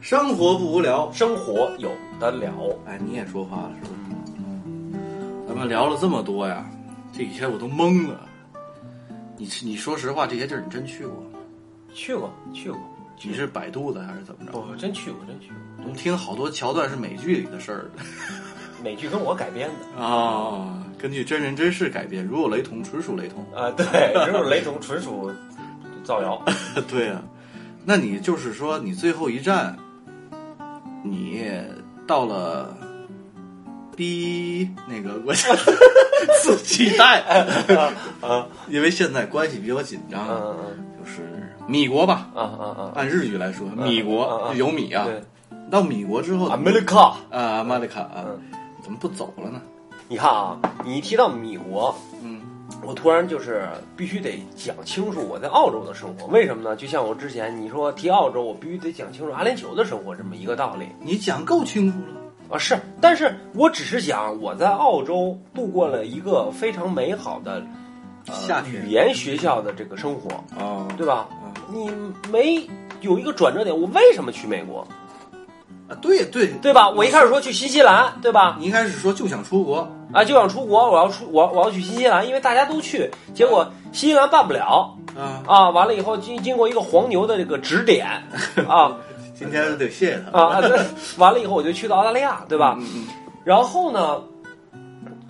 生活不无聊。生活有的聊。哎，你也说话了是吧？咱们聊了这么多呀，这些我都懵了。你你说实话，这些地儿你真去过吗？去过，去过，你是百度的还是怎么着？不，真去过，真去过。我们听好多桥段是美剧里的事儿美剧跟我改编的。啊，根据真人真事改编，如有雷同，纯属雷同。啊，对，如有雷同，纯属造谣。对啊，那你就是说，你最后一站，你到了 B 那个 国家自己带，啊，因为现在关系比较紧嗯张，嗯就是米国吧，嗯嗯嗯嗯按日语来说，米嗯国嗯有米啊。对到米国之后，America。啊，马里卡啊嗯，怎么不走了呢？你看啊，你一提到米国，嗯我突然就是必须得讲清楚我在澳洲的生活，为什么呢？就像我之前你说提澳洲，我必须得讲清楚阿联酋的生活这么一个道理你讲够清楚了。啊。是，但是我只是想我在澳洲度过了一个非常美好的、呃、夏天语言学校的这个生活，哦，对吧？嗯你没有一个转折点，我为什么去美国，啊，对对对吧？我一开始说去新西兰，对吧？你一开始说就想出国，啊，就想出国，我要出，我我要去新西兰，因为大家都去，结果新西兰办不了。啊，啊，完了以后经经过一个黄牛的这个指点，啊今天得谢谢他啊啊， 对，完了以后我就去到澳大利亚，对吧？嗯嗯然后呢，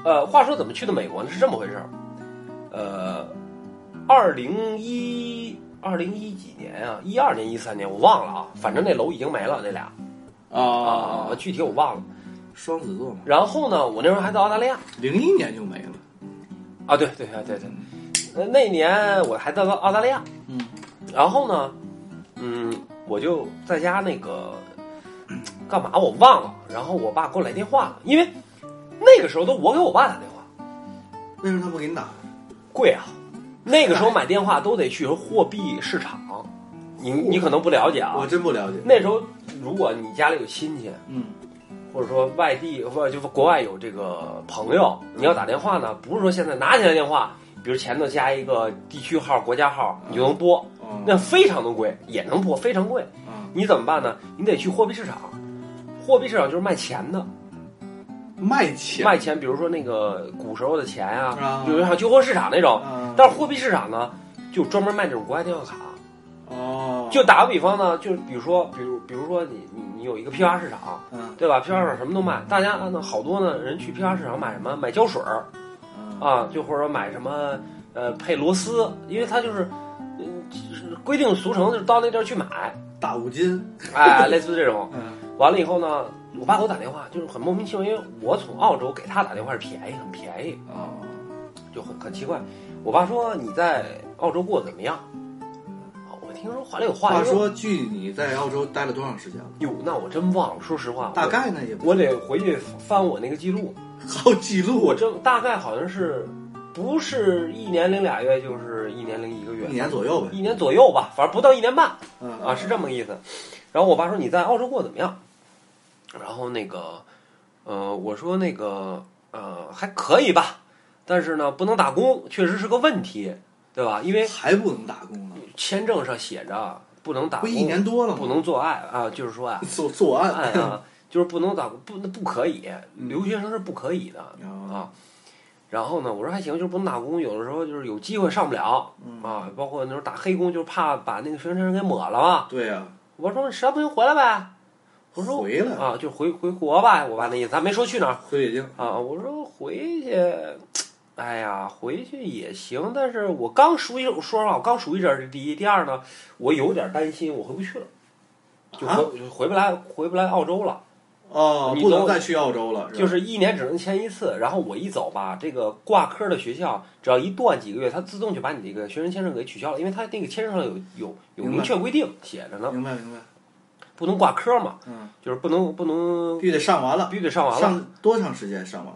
呃，话说怎么去的美国呢？是这么回事儿，呃，二零一二零一几年啊，一二年一三年我忘了啊，反正那楼已经没了那俩啊啊，具体我忘了。双子座嘛，然后呢，我那时候还在澳大利亚零一年就没了。啊，对对对对对，呃那年我还在澳大利亚，嗯然后呢，嗯，我就在家那个干嘛我忘了。然后我爸给我来电话了，因为那个时候都我给我爸打电话，为什么他不给你打？贵啊。那个时候买电话都得去货币市场，你你可能不了解我啊。真不了解。那时候如果你家里有亲戚，嗯，或者说外地或者就是国外有这个朋友，你要打电话呢，不是说现在拿起来电话，比如前头加一个地区号、国家号，你就能拨，哦，那非常的贵，也能拨，非常贵。啊，你怎么办呢？你得去货币市场，货币市场就是卖钱的，卖钱卖钱，比如说那个古时候的钱啊啊，有一像旧货市场那种。啊，但是货币市场呢，就专门卖这种国外电话卡。哦，就打个比方呢，就是比如说，比如比如说你你你有一个批发市场，嗯对吧？批发市场什么都卖，大家啊那好多呢人去批发市场买什么？买胶水儿嗯啊，就或者说买什么呃配螺丝，因为它就是。嗯，就是规定俗成就是到那地儿去买，大五金，哎，类似这种，嗯完了以后呢，我爸给我打电话，就是很莫名其妙，因为我从澳洲给他打电话是便宜，很便宜，哦，就很很奇怪。我爸说你在澳洲过得怎么样？啊，我听说话里有话。话说，据你在澳洲待了多长时间了？哟，那我真忘了，说实话，大概呢，也不我我得回去翻我那个记录，好记录，我真大概好像是不是一年零俩月，就是一年零一个月一，年左右呗。一年左右吧，反正不到一年半。嗯啊，是这么个意思。然后我爸说你在澳洲过得怎么样？然后那个，呃，我说那个，呃，还可以吧，但是呢，不能打工，确实是个问题，对吧？因为还不能打工了，签证上写着啊不能打不工，一年多了不吗？能做爱啊，就是说 啊，作作案爱啊，就是不能打工，不那不可以，嗯留学生是不可以的啊，啊。然后呢，我说还行，就是不能打工，有的时候就是有机会上不了嗯，啊，包括那时候打黑工，就是怕把那个学生证给抹了嘛。对呀，我说实在不行回来呗。我说回来啊，就回回国吧，我爸那意思，他没说去哪儿回北京，啊。我说回去，哎呀，回去也行，但是我刚熟悉，我说实话，我刚熟悉这儿是第一，第二呢，我有点担心我回不去了，就啊回、就回不来，回不来澳洲了。哦，你不能懂再去澳洲了，就是是一年只能签一次，然后我一走吧，这个挂科的学校只要一断几个月，它自动就把你这个学生签证给取消了，因为它那个签证上有有明有白明确规定写着吧呢，明白明白，不能挂科嘛，嗯，就是不能不能必须得上完了，必须得上完了。上多长时间上完？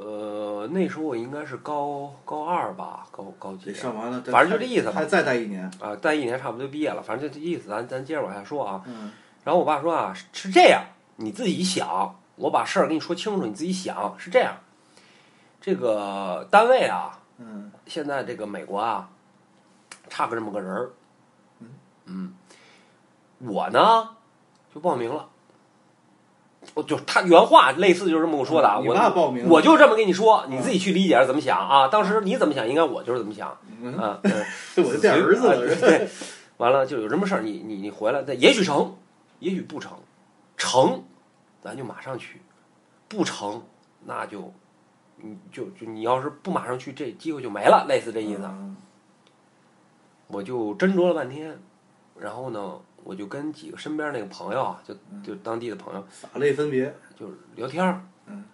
呃，那时候我应该是高高二吧，高高几得？啊上完了，反正就这意思吧还再待一年，啊，待一年差不多就毕业了，反正就这意思，咱咱接着往下说啊。嗯然后我爸说啊，是是这样，你自己想，我把事儿跟你说清楚，你自己想是这样。这个单位啊，嗯，现在这个美国啊，嗯差个这么个人儿。嗯，我呢，就就报名了。我就他原话类似就是这么跟我说的啊，你我爸报名了嗯我就这么跟你说，你自己去理解是怎么想啊。当时你怎么想，应该我就是怎么想嗯，啊。嗯我就变儿子了，是吧啊对，完了就有什么事儿，你你你回来，但也许成，也许不成，成，咱就马上去；不成，那就，你就就你要是不马上去，这机会就没了，类似这意思。嗯我就斟酌了半天，然后呢，我就跟几个身边那个朋友啊，就嗯就当地的朋友，法类分别，就是聊天儿。嗯，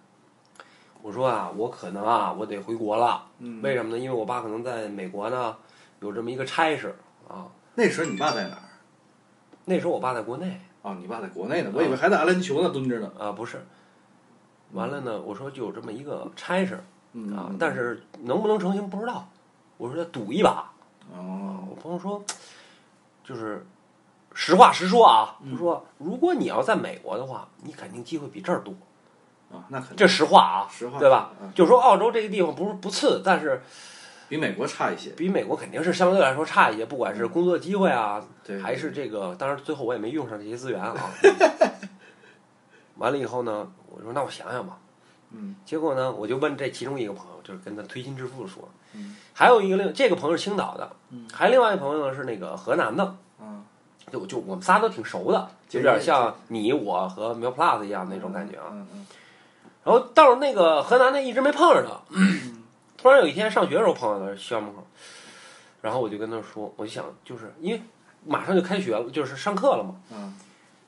我说啊，我可能啊，我得回国了。嗯，为什么呢？因为我爸可能在美国呢，有这么一个差事啊。那时候你爸在哪儿？那时候我爸在国内哦，你爸在国内呢，我以为还在阿联酋呢蹲着呢。啊，不是。完了呢，我说就有这么一个差事嗯啊，但是能不能成行不知道。我说赌一把。哦，我朋友说，就是实话实说啊，嗯他说如果你要在美国的话，你肯定机会比这儿多。啊，那肯定这实话啊，实话对吧？嗯就说澳洲这个地方不是不次，但是比美国差一些。比美国肯定是相对来说差一些，不管是工作机会啊，对，还是这个，当然最后我也没用上这些资 源啊。完了以后呢，我说那我想想吧。嗯结果呢，我就问这其中一个朋友，就是跟他推心置腹说，嗯还有一个另这个朋友是青岛的，嗯还另外一个朋友呢是那个河南的，啊，就就我们仨都挺熟的，就有点像你我和苗 plus 一样那种感觉啊。嗯嗯然后到了那个河南的一直没碰 上他，突然有一天上学的时候碰到他校门口，然后我就跟他说，我就想就是因为马上就开学了，就是上课了嘛，嗯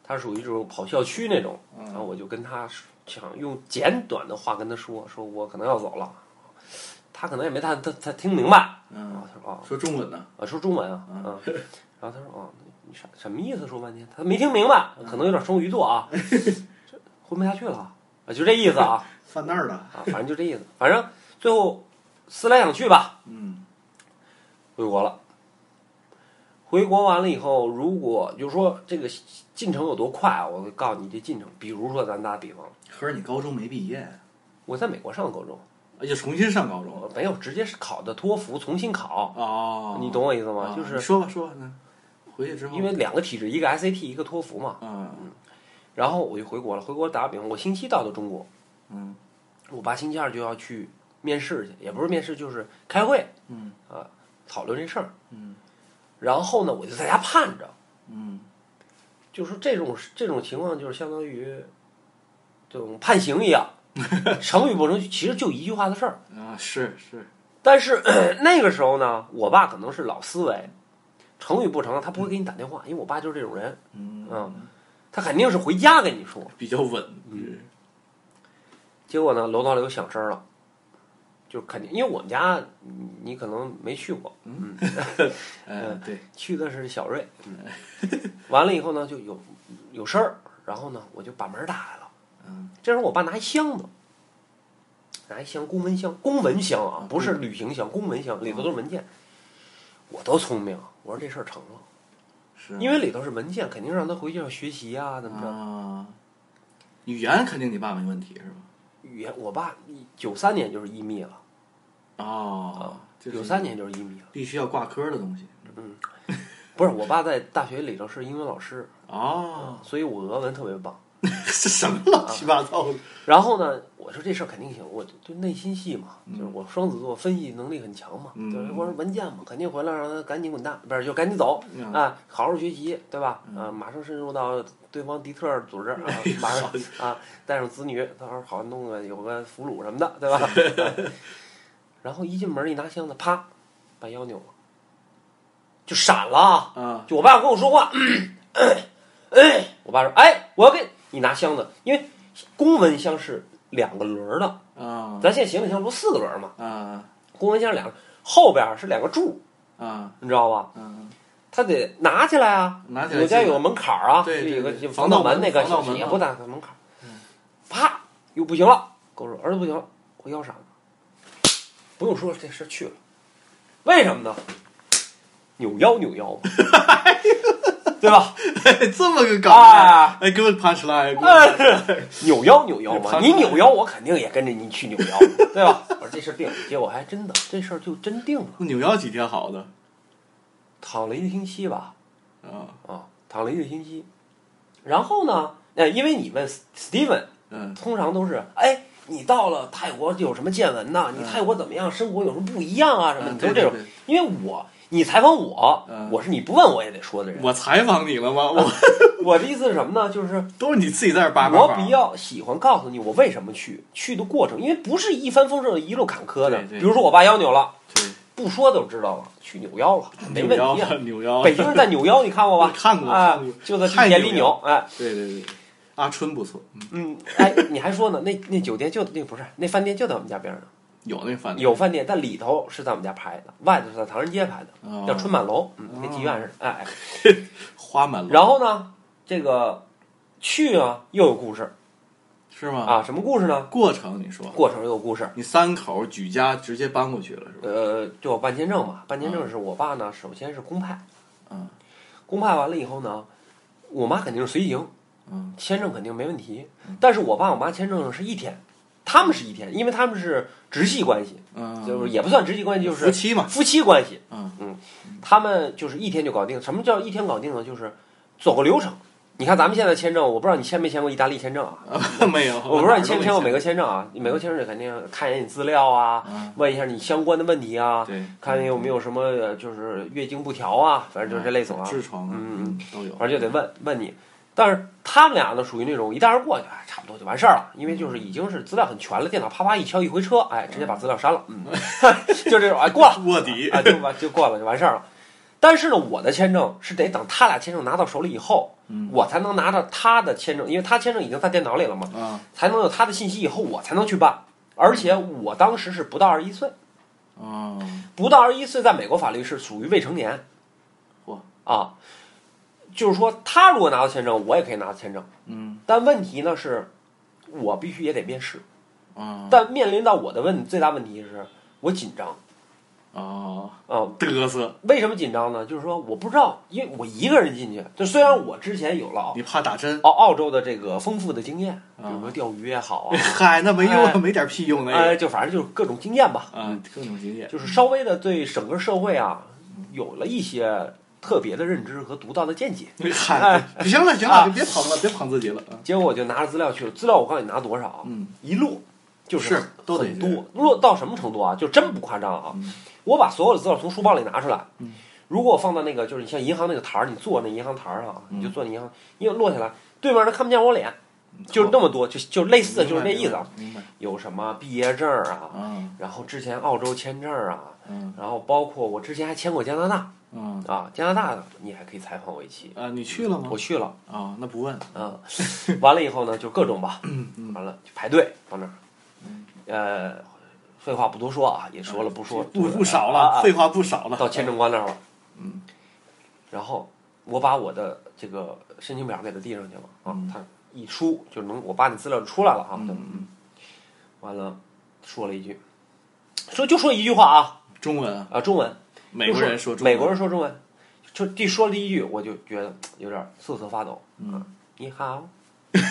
他属于这种跑校区那种，嗯然后我就跟他说想用简短的话跟他说，说我可能要走了，他可能也没太他他听明白，然嗯，后他说哦，说中文呢，啊说中文啊，嗯 嗯，然后他说哦，你啥什么意思？说半天他没听明白，嗯可能有点双鱼 座啊，这混不下去了啊，就这意思啊。犯那儿了。啊，反正就这意思。反正最后思来想去吧，嗯回国了。回国完了以后，如果就说这个进程有多快啊，我告诉你这进程。比如说，咱打比方，合着你高中没毕业，我在美国上的高中，哎呀，重新上高中我没有直接是考的托福，重新考，哦你懂我意思啊吗？就你是说吧说吧，嗯回去之后，因为两个体制，一个 SAT，一个托福嘛。嗯然后我就回国了。回国打个比方，我星期一到的中国，嗯我爸星期二就要去面试去，也不是面试，就是开会嗯啊，讨论这事儿。嗯然后呢，我就在家盼着。嗯就是这种这种情况，就是相当于这种判刑 一样，成与不成，其实就一句话的事儿。啊，是是，但是 那个时候呢，我爸可能是老思维，成与不成，他不会给你打电话，因为我爸就是这种人，嗯，他肯定是回家跟你说。比较稳，嗯结果呢，楼道里有响声了，就肯定，因为我们家你你可能没去过，嗯，嗯，对，去的是小瑞，嗯， 完了以后呢，就有有事儿，然后呢，我就把门打开了。嗯这时候我爸拿一箱子，拿一箱公文箱，公文箱啊，嗯不是旅行箱，公文箱里头都是文件。我多聪明啊，我说这事儿成了，是啊，因为里头是文件，肯定让他回去要学习啊，怎么着？啊，语言肯定你爸没问题是吧？语言，我爸九三年就是一密了，哦，就是九三年就是一密了。必须要挂科的东西，不是，我爸在大学里头是英文老师，哦，所以我俄文特别棒。 这什么啊乱七八糟的？然后呢，我说这事儿肯定行，我就就内心戏嘛，就是我双子座分析能力很强嘛，嗯就是我说文件嘛，肯定回来让他赶紧滚蛋，不是就赶紧走、嗯啊，好好学习，对吧？啊，马上深入到对方敌特 组织，啊、马上啊带上子女，到时候好弄个有个俘虏什么的，对 吧？啊然后一进门一拿箱子，啪，把腰扭了，就闪了啊。啊，就我爸跟我说话， 咳咳咳我爸说：“哎，我要给你拿箱子，因为公文箱是两个轮儿的，啊咱现在行李箱不是四个轮儿嘛，啊公文箱两个，后边儿是两个柱，啊你知道吧？ 嗯，他得拿起来啊，拿起来我家有个门槛儿啊，对就对有个对就防防盗盗门那个门防盗门啊嗯也嘛不大门槛儿，啪又不行了，跟我说儿子不行了，我腰闪了，不用说了这事儿去了，为什么呢？扭腰 扭腰嘛，对吧？这么个梗啊，啊，哎，给我 punch line， 扭腰扭腰嘛，这你扭腰，我肯定也跟着你去扭 腰，对吧？我说这事儿定了，结果还真的，这事儿就真定了，扭腰几天好的躺了一个星期吧，啊，啊，躺了一个星期，然后呢，呃，因为你问 Steven，嗯通常都是哎。你到了泰国有什么见闻呐？你泰国怎么样？生活有什么不一样啊？什么的嗯对都是这种对对。因为我你采访我嗯，我是你不问我也得说的人。我采访你了吗？啊我我的意思是什么呢？就是都是你自己在这叭叭我叭。比较喜欢告诉你我为什么去，去的过程，因为不是一帆风顺一路坎坷的。对对比如说我爸腰扭了，对，不说都知道了，去扭腰了，没扭腰问题啊。扭腰，？北京人在扭腰，你看过吧 看过啊看过，就在地铁里太扭扭，哎，对对对，阿春不错，嗯，嗯，哎，你还说呢？那那酒店就那不是那饭店就在我们家边上，有那饭店有饭店，但里头是在我们家拍的，外头是在唐人街拍的，哦叫春满楼，嗯，跟妓院似的，哎，哎花满楼然后呢，这个去啊又有故事是吗？啊，什么故事呢？过程你说，过程又有故事，你三口举家直接搬过去了是吧？呃，就我办签证嘛，办签证是我爸呢，首先是公派，嗯公派完了以后呢，我妈肯定是随行，嗯签证肯定没问题。但是我爸我妈签证是一天，他们是一天，因为他们是直系关系，嗯，就是也不算直系关系，就夫是妻嘛， 夫妻关系。嗯他们就是一天就搞定。什么叫一天搞定呢？就是走个流程。你看咱们现在签证，我不知道你签没签过意大利签证啊？没有，我不知道你签不没签过美国签证啊？你美国签证肯定看一下你资料啊，嗯，问一下你相关的问题啊，对，看有没有什么呃就是月经不调啊，反正就是这类种啊，痔疮啊嗯嗯都有，反正就得问问你。但是他们俩呢，属于那种一带而过，就哎，差不多就完事儿了，因为就是已经是资料很全了，电脑啪啪一敲一回车，哎，直接把资料删了，嗯，就这种，哎，过了卧底啊，就完就过了就完事儿了。但是呢，我的签证是得等他俩签证拿到手里以后，嗯我才能拿到他的签证，因为他签证已经在电脑里了嘛，啊才能有他的信息以后，我才能去办。而且我当时是不到二十一岁，啊，不到二十一岁，在美国法律是属于未成年。嚯啊，就是说，他如果拿到签证，我也可以拿到签证。嗯但问题呢是，我必须也得面试。啊，但面临到我的问最大问题是，我紧张哦，啊。嘚瑟，为什么紧张呢？就是说，我不知道，因为我一个人进去。就虽然我之前有了澳你怕打针？澳澳洲的这个丰富的经验，比如说啊钓鱼也好啊，嗨，那没用哎了，没点屁用那哎，个就反正就是各种经验吧，啊，各种经验，就是稍微的对整个社会啊有了一些特别的认知和独到的见解。嗨，行了行哎啊了，就别捧了，别捧自己了啊，结果我就拿着资料去了，资料我告诉你拿多少，嗯，一摞就是是都得很这多样，摞到什么程度啊？就真不夸张啊！嗯我把所有的资料从书包里拿出来，嗯如果我放到那个就是你像银行那个台儿，你坐那银行台儿上啊，嗯你就坐那银行，因为落下来，对面人看不见我脸，就是那么多，就就类似的就是这意思啊。嗯明白，明有什么毕业证啊白，啊，然后之前澳洲签证啊，嗯然后包括我之前还签过加拿大嗯啊，加拿大的你还可以采访我一期，啊，你去了吗我？去了。啊，那不问，啊，完了以后呢，就各种吧，嗯完了就排队到那儿，呃，废话不多说啊，也说了不说，不不少啊啊了，废话不少了，到签证官那儿了，嗯，然后我把我的这个申请表给他递上去了啊，嗯他一输就能，我把你资料出来了啊，嗯就嗯嗯，完了说了一句，说就说一句话啊中文啊，啊，中文，美国人说就中文，美国人说中文，就这说了第一句，我就觉得有点瑟瑟发抖。嗯，你好。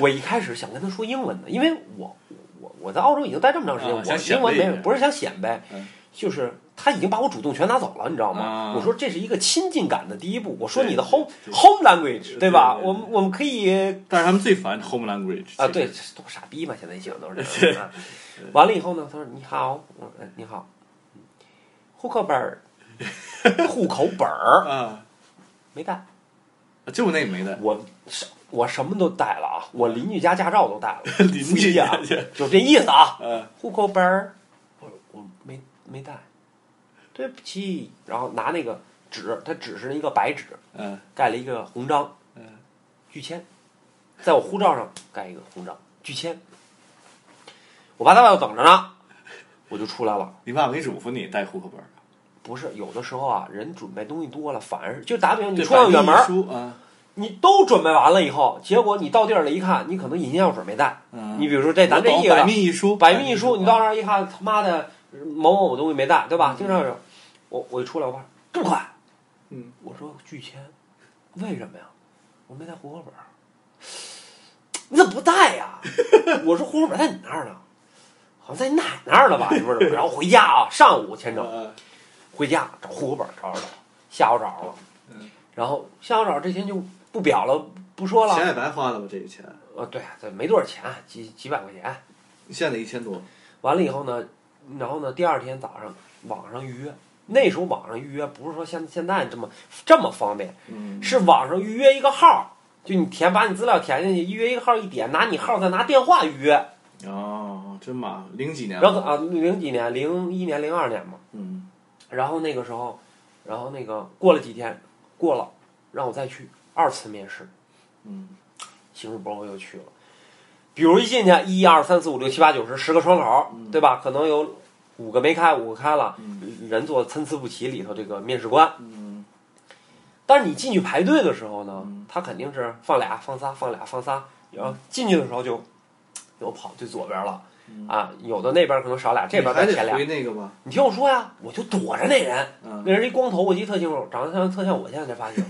我一开始想跟他说英文的，因为我我我在澳洲已经待这么长时间，啊想我显英文摆没一有，下不是想显摆，嗯就是他已经把我主动权拿走了，你知道吗？啊我说这是一个亲近感的第一步。我说你的对 home 对 home language 对吧？对对对我们我们可以但是他们最烦 home language 啊，对，，这多傻逼嘛！现在一些人都是 这样。啊完了以后呢，他说：“你好，我说嗯，你好，户口本儿，户口本儿啊，没带，就那没的，我什我什么都带了啊，我邻居家驾照都带了， 邻居啊家去，就这意思啊。嗯户口本儿，我说我没没带，对不起。然后拿那个纸，它纸是一个白纸，嗯盖了一个红章，嗯拒签，在我护照上盖一个红章，拒签。我爸在外头等着呢，我就出来了。你爸没嘱咐你带户口本儿，不是，有的时候啊，人准备东西多了，反而就打比方，你对出趟远门百儿密一，疏啊，你都准备完了以后，结果你到地儿了，一看，你可能隐形药水没带。嗯，你比如说这，咱这我意懂百思，密一嗯疏，百密一疏，你到那儿儿一看，他妈的某某某东西没带，对吧？经常有，我我一出来，我爸这么快，嗯，我说拒签，为什么呀？我没带户口本儿。你怎么不带呀？ 我说户口本在你那儿呢，好像在你奶奶那儿 了吧？是不是？然后回家啊，上午签证，嗯回家找户口本儿找着找，下午找着了嗯，然后下午找着这天就不表了，不说钱了。也白花了吧？这个钱，呃，对，这没多少钱，几几百块钱。现在一千多，完了以后呢，然后呢，第二天早上网上预约，那时候网上预约不是说像现在这么这么方便，嗯，是网上预约一个号，就你填把你资料填进去，预约一个号一点，拿你号再拿电话预约。哦，真麻烦，零几年，然后啊，零几年，零一年、零二年嘛。嗯，然后那个时候，然后那个过了几天，过了，让我再去二次面试，嗯，形势不我又去了。比如一进去，一二三四五六七八九十十个窗口，嗯对吧？可能有五个没开，五个开了，人坐参差不齐。里头这个面试官，嗯，但是你进去排队的时候呢，他肯定是放俩、放仨、放俩、放仨，然后进去的时候就有跑最左边了。啊，有的那边可能少俩，这嗯边还再得添俩回。那个吧，你听我说呀，我就躲着那人，嗯，那人一光头，我记得特清楚，长得像特像我现在这发型，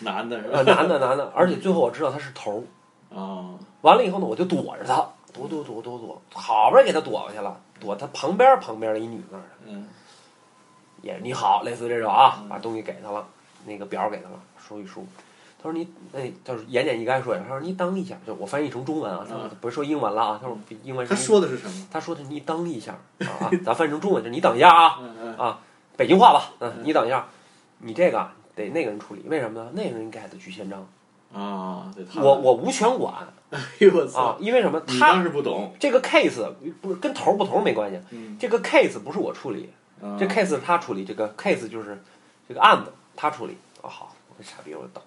男的是吧呃，？男的男的，而且最后我知道他是头儿。呃哦，完了以后呢，我就躲着他，躲躲躲躲躲，好不容易给他躲过去了，躲他旁边旁边的一女那儿，嗯，也是你好，类似这种啊，把东西给他了，那个表儿给他了，说一说，他说你，哎，他说言简意赅说一下，他说你当一下，就我翻译成中文啊，他说嗯不是说英文了啊，他说英文是他说的是什么？他说的你当一下 啊，咱翻译成中文就是你等一下啊，嗯嗯北京话吧，嗯，你等一下，你这个啊得那个人处理，为什么呢？那个人 get 的举宪章，啊，对，他我我无权管哎呦我操，啊，因为什么？你他当时不懂，这个 case 不是跟头不头没关系，嗯，这个 case 不是我处理，啊这 case 是他处理，这个 case 就是这个案子他处理。啊，好，我这傻逼，我等。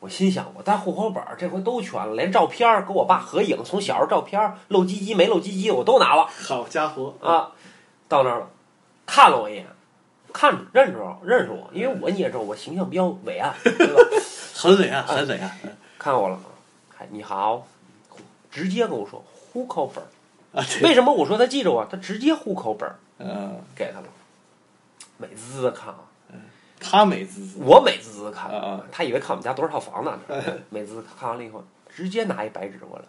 我心想，我带户口本儿这回都全了，连照片儿跟我爸合影，从小时候照片儿露鸡鸡没露鸡鸡我都拿了。好家伙，啊，到那儿了，看了我一眼，看着认识我，认识我，因为我你也知道我形象比较伟岸，对吧？很伟啊岸，很伟岸，看我了，嗨，你好，直接跟我说户口本儿。啊，对，为什么我说他记着我？他直接户口本儿嗯，给他了，美滋滋地看啊，他美滋滋，我美滋滋地看啊啊，他以为看我们家多少套房呢，美滋滋地看完了以后，直接拿一白纸过来。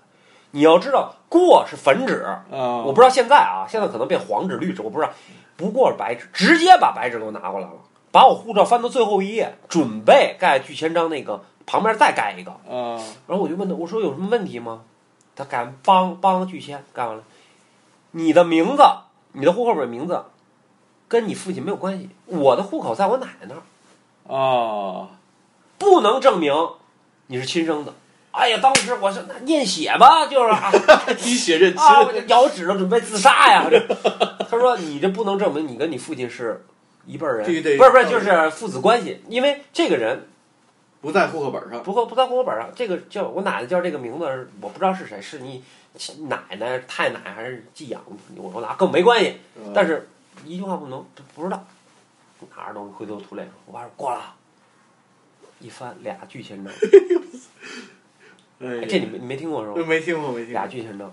你要知道，过是粉纸，啊，我不知道现在啊，现在可能变黄纸、绿纸，我不知道。不过是白纸，直接把白纸给我拿过来了，把我护照翻到最后一页，准备盖拒签章那个旁边再盖一个。啊，然后我就问他，我说有什么问题吗？他盖完，帮帮拒签，盖完了，你的名字，你的户口本名字，跟你父亲没有关系，我的户口在我奶奶那儿，啊， 不能证明你是亲生的。哎呀，当时我是那验血吧，就是啊。滴血认啊，我亲，就咬指头准备自杀呀！ 这他说你这不能证明你跟你父亲是一辈儿人，必须得不是不是就是父子关系，因为这个人不在户口本上，不过不在户口本上，这个叫我奶奶叫这个名字，我不知道是谁，是你奶奶、太奶还是寄养，我我哪跟我没关系，但是是一句话不能不不知道，拿着东西灰头土脸说，我爸说过了。一翻俩拒签证，哎这这你没你没听过是吧？没听过，没听过俩，拒签证。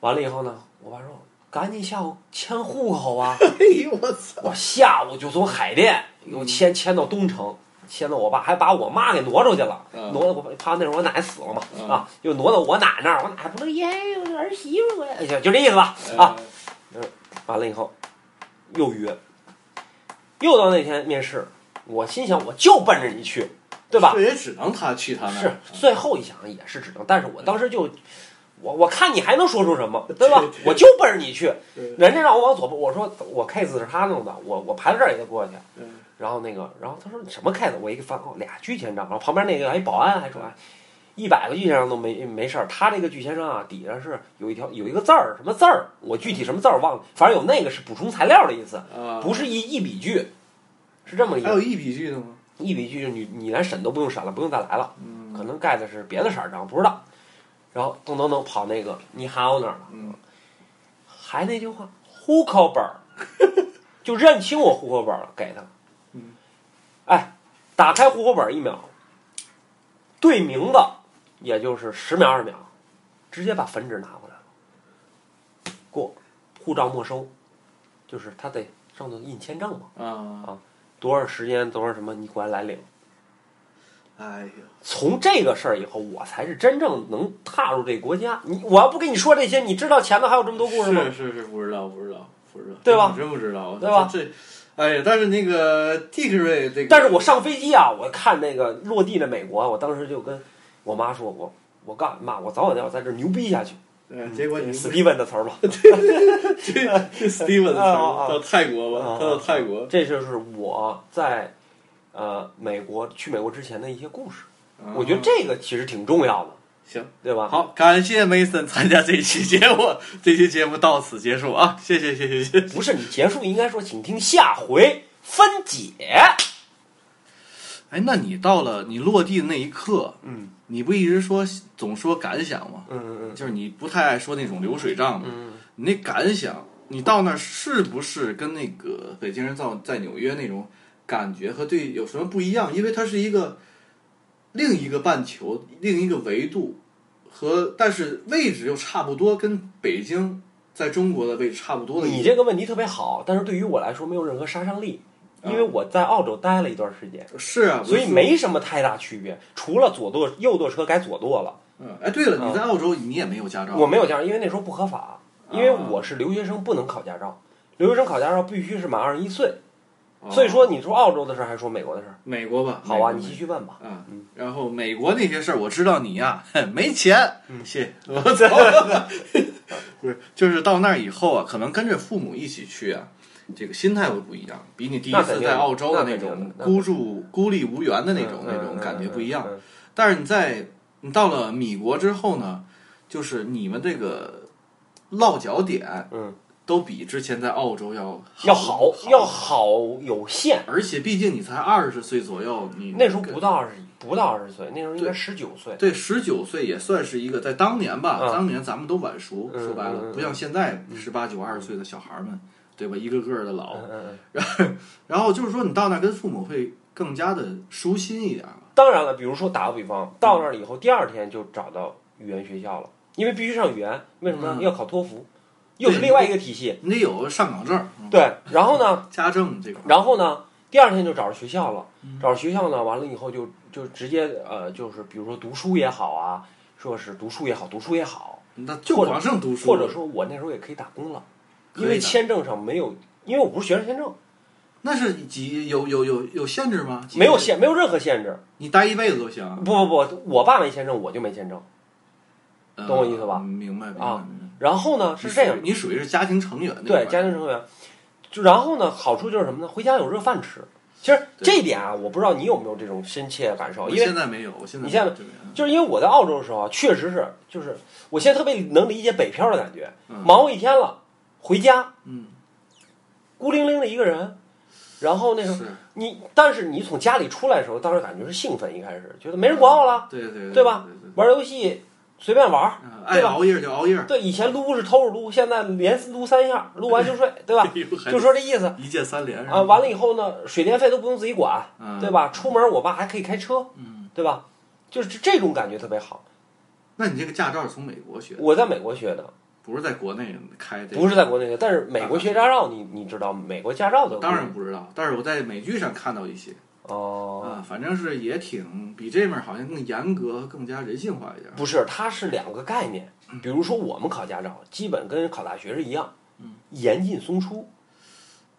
完了以后呢，我爸说：“赶紧下午迁户口啊 哎呦我！”操，我下午就从海淀嗯又迁迁到东城，迁到我爸，还把我妈给挪出去了，嗯挪到我怕那时候我奶奶死了嘛，嗯啊，又挪到我奶那儿，我奶不乐意，哎我这儿媳妇我，哎就就这意思吧，嗯啊，完了以后又约，又到那天面试，我心想我就奔着你去，对吧这？也只能他去他那是儿，啊最后一想也是只能，但是我当时就，我我看你还能说出什么，对吧？对对我就奔着你去，对人家让我往左，我说我 case 是他弄的，我我排到这儿也得过去。嗯然后那个，然后他说什么 case？我一翻哦，俩拒签章，然后旁边那个还保安还说，哎，一百个拒签章都没没事儿，他这个拒签章啊，底下是有一条有一个字儿，什么字儿，我具体什么字儿忘了，反正有那个是补充材料的意思，啊，不是一一笔拒，是这么个意还思有。一笔剧的吗？一笔拒就你你连审都不用审了，不用再来了。嗯可能盖的是别的色儿章，不知道。然后噔噔噔跑那个你喊我那儿了，嗯还那句话，户口本儿，就认清我户口本儿了，给他了。嗯，哎，打开户口本儿一秒，对名字也就是十秒二秒，直接把粉纸拿过来了，过，护照没收，就是他得上头印签证嘛，啊，多少时间多少什么，你过来来领。哎呦，从这个事儿以后，我才是真正能踏入这国家。你我要不跟你说这些，你知道前头还有这么多故事吗？是是是，不知道不知道不知道，对吧真不知道，对吧这哎呀，但是那个 Tikray 这个，但是我上飞机啊，我看那个落地的美国啊，我当时就跟我妈说，我我告诉你妈，我早晚要在这儿牛逼下去。嗯，结果你 Steven 的词儿吧，这 Steven 啊啊啊到泰国啊啊吧啊，他到泰国，这就是我在呃美国去美国之前的一些故事。我觉得这个其实挺重要的，行对吧？啊好，感谢 Mason 参加这期节目，这期节目到此结束啊，谢谢谢谢谢谢。不是你结束应该说，请听下回分解。哎，那你到了你落地的那一刻，嗯你不一直说总说感想吗？嗯嗯就是你不太爱说那种流水账嘛，嗯你那感想，你到那儿是不是跟那个北京人在在纽约那种感觉和对有什么不一样？因为它是一个另一个半球，另一个维度，和但是位置又差不多，跟北京在中国的位置差不多嗯，的一你个。这个问题特别好，但是对于我来说没有任何杀伤力，因为我在澳洲待了一段时间，是啊，所我以就说没什么太大区别，除了左舵右舵车改左舵了。嗯，哎，对了，你在澳洲你也没有驾照，我没有驾照，因为那时候不合法，因为我是留学生，不能考驾照。留学生考驾照必须是满二十一岁，哦所以说你说澳洲的事儿还是说美国的事儿？美国吧，好啊，美你国继续问吧。啊，然后美国那些事儿我知道你呀、 没钱，嗯谢我走 不是，就是到那儿以后啊，可能跟着父母一起去啊，这个心态会不一样，比你第一那肯次定在澳洲的那那肯定种那孤注孤立无援的那种嗯那种感觉不一样。。嗯嗯嗯但是你在你到了米国之后呢，就是你们这个落脚点，嗯，都比之前在澳洲要要好要好有限。而且毕竟你才二十岁左右，你那时候不到二十，不到二十岁，那时候应该十九岁。对十九岁也算是一个，在当年吧，嗯当年咱们都晚熟，嗯说白嗯了，嗯不像现在十八九、二十岁的小孩们，对吧？一个个的老，嗯嗯嗯。然后就是说你到那儿跟父母会更加的舒心一点吧。当然了，比如说打个比嗯方，到那儿以后，第二天就找到语言学校了，因为必须上语言，为什么呢？嗯要考托福，又是另外一个体系。你得有上岗证、嗯对，然后呢，家政这块儿，然后呢，第二天就找着学校了，嗯找着学校呢，完了以后就就直接呃，就是比如说读书也好啊，说是读书也好，读书也好，那就或者往上读书，或者说我那时候也可以打工了，可因以为的签证上没有，因为我不是学生签证，那是几有有有有限制吗？几没有，限，没有任何限制。你待一辈子都行，不不不，我爸没签证，我就没签证。呃懂我意思吧明白明白啊明白。然后呢是这样，你属于，你属于是家庭成员那对块儿家庭成员，就然后呢好处就是什么呢？回家有热饭吃。其实这一点啊，我不知道你有没有这种深切的感受，我因为现在没有，我现在你现在这边就是因为我在澳洲的时候啊，确实是，就是我现在特别能理解北漂的感觉，嗯忙活一天了，回家嗯孤零零的一个人，然后那时候是你，但是你从家里出来的时候，当时感觉是兴奋，一开始觉得没人管我了，对对对对吧？对对玩游戏随便玩儿，嗯爱熬夜就熬夜，对，以前撸是偷着撸，现在连撸三下，撸完就睡， 对吧？ 就说这意思一键三连是吧啊。完了以后呢，水电费都不用自己管，嗯对吧？出门我爸还可以开车，嗯，对吧？就是这种感觉特别好。那你这个驾照是从美国学的，我在美国学的，不是在国内开的？不是在国内学，但是美国学驾照，你你知道美国驾照的当然不知道，但是我在美剧上看到一些哦，啊，反正是也挺比这面好像更严格、更加人性化一点。不是，它是两个概念。嗯比如说我们考驾照，基本跟考大学是一样，嗯严进松出，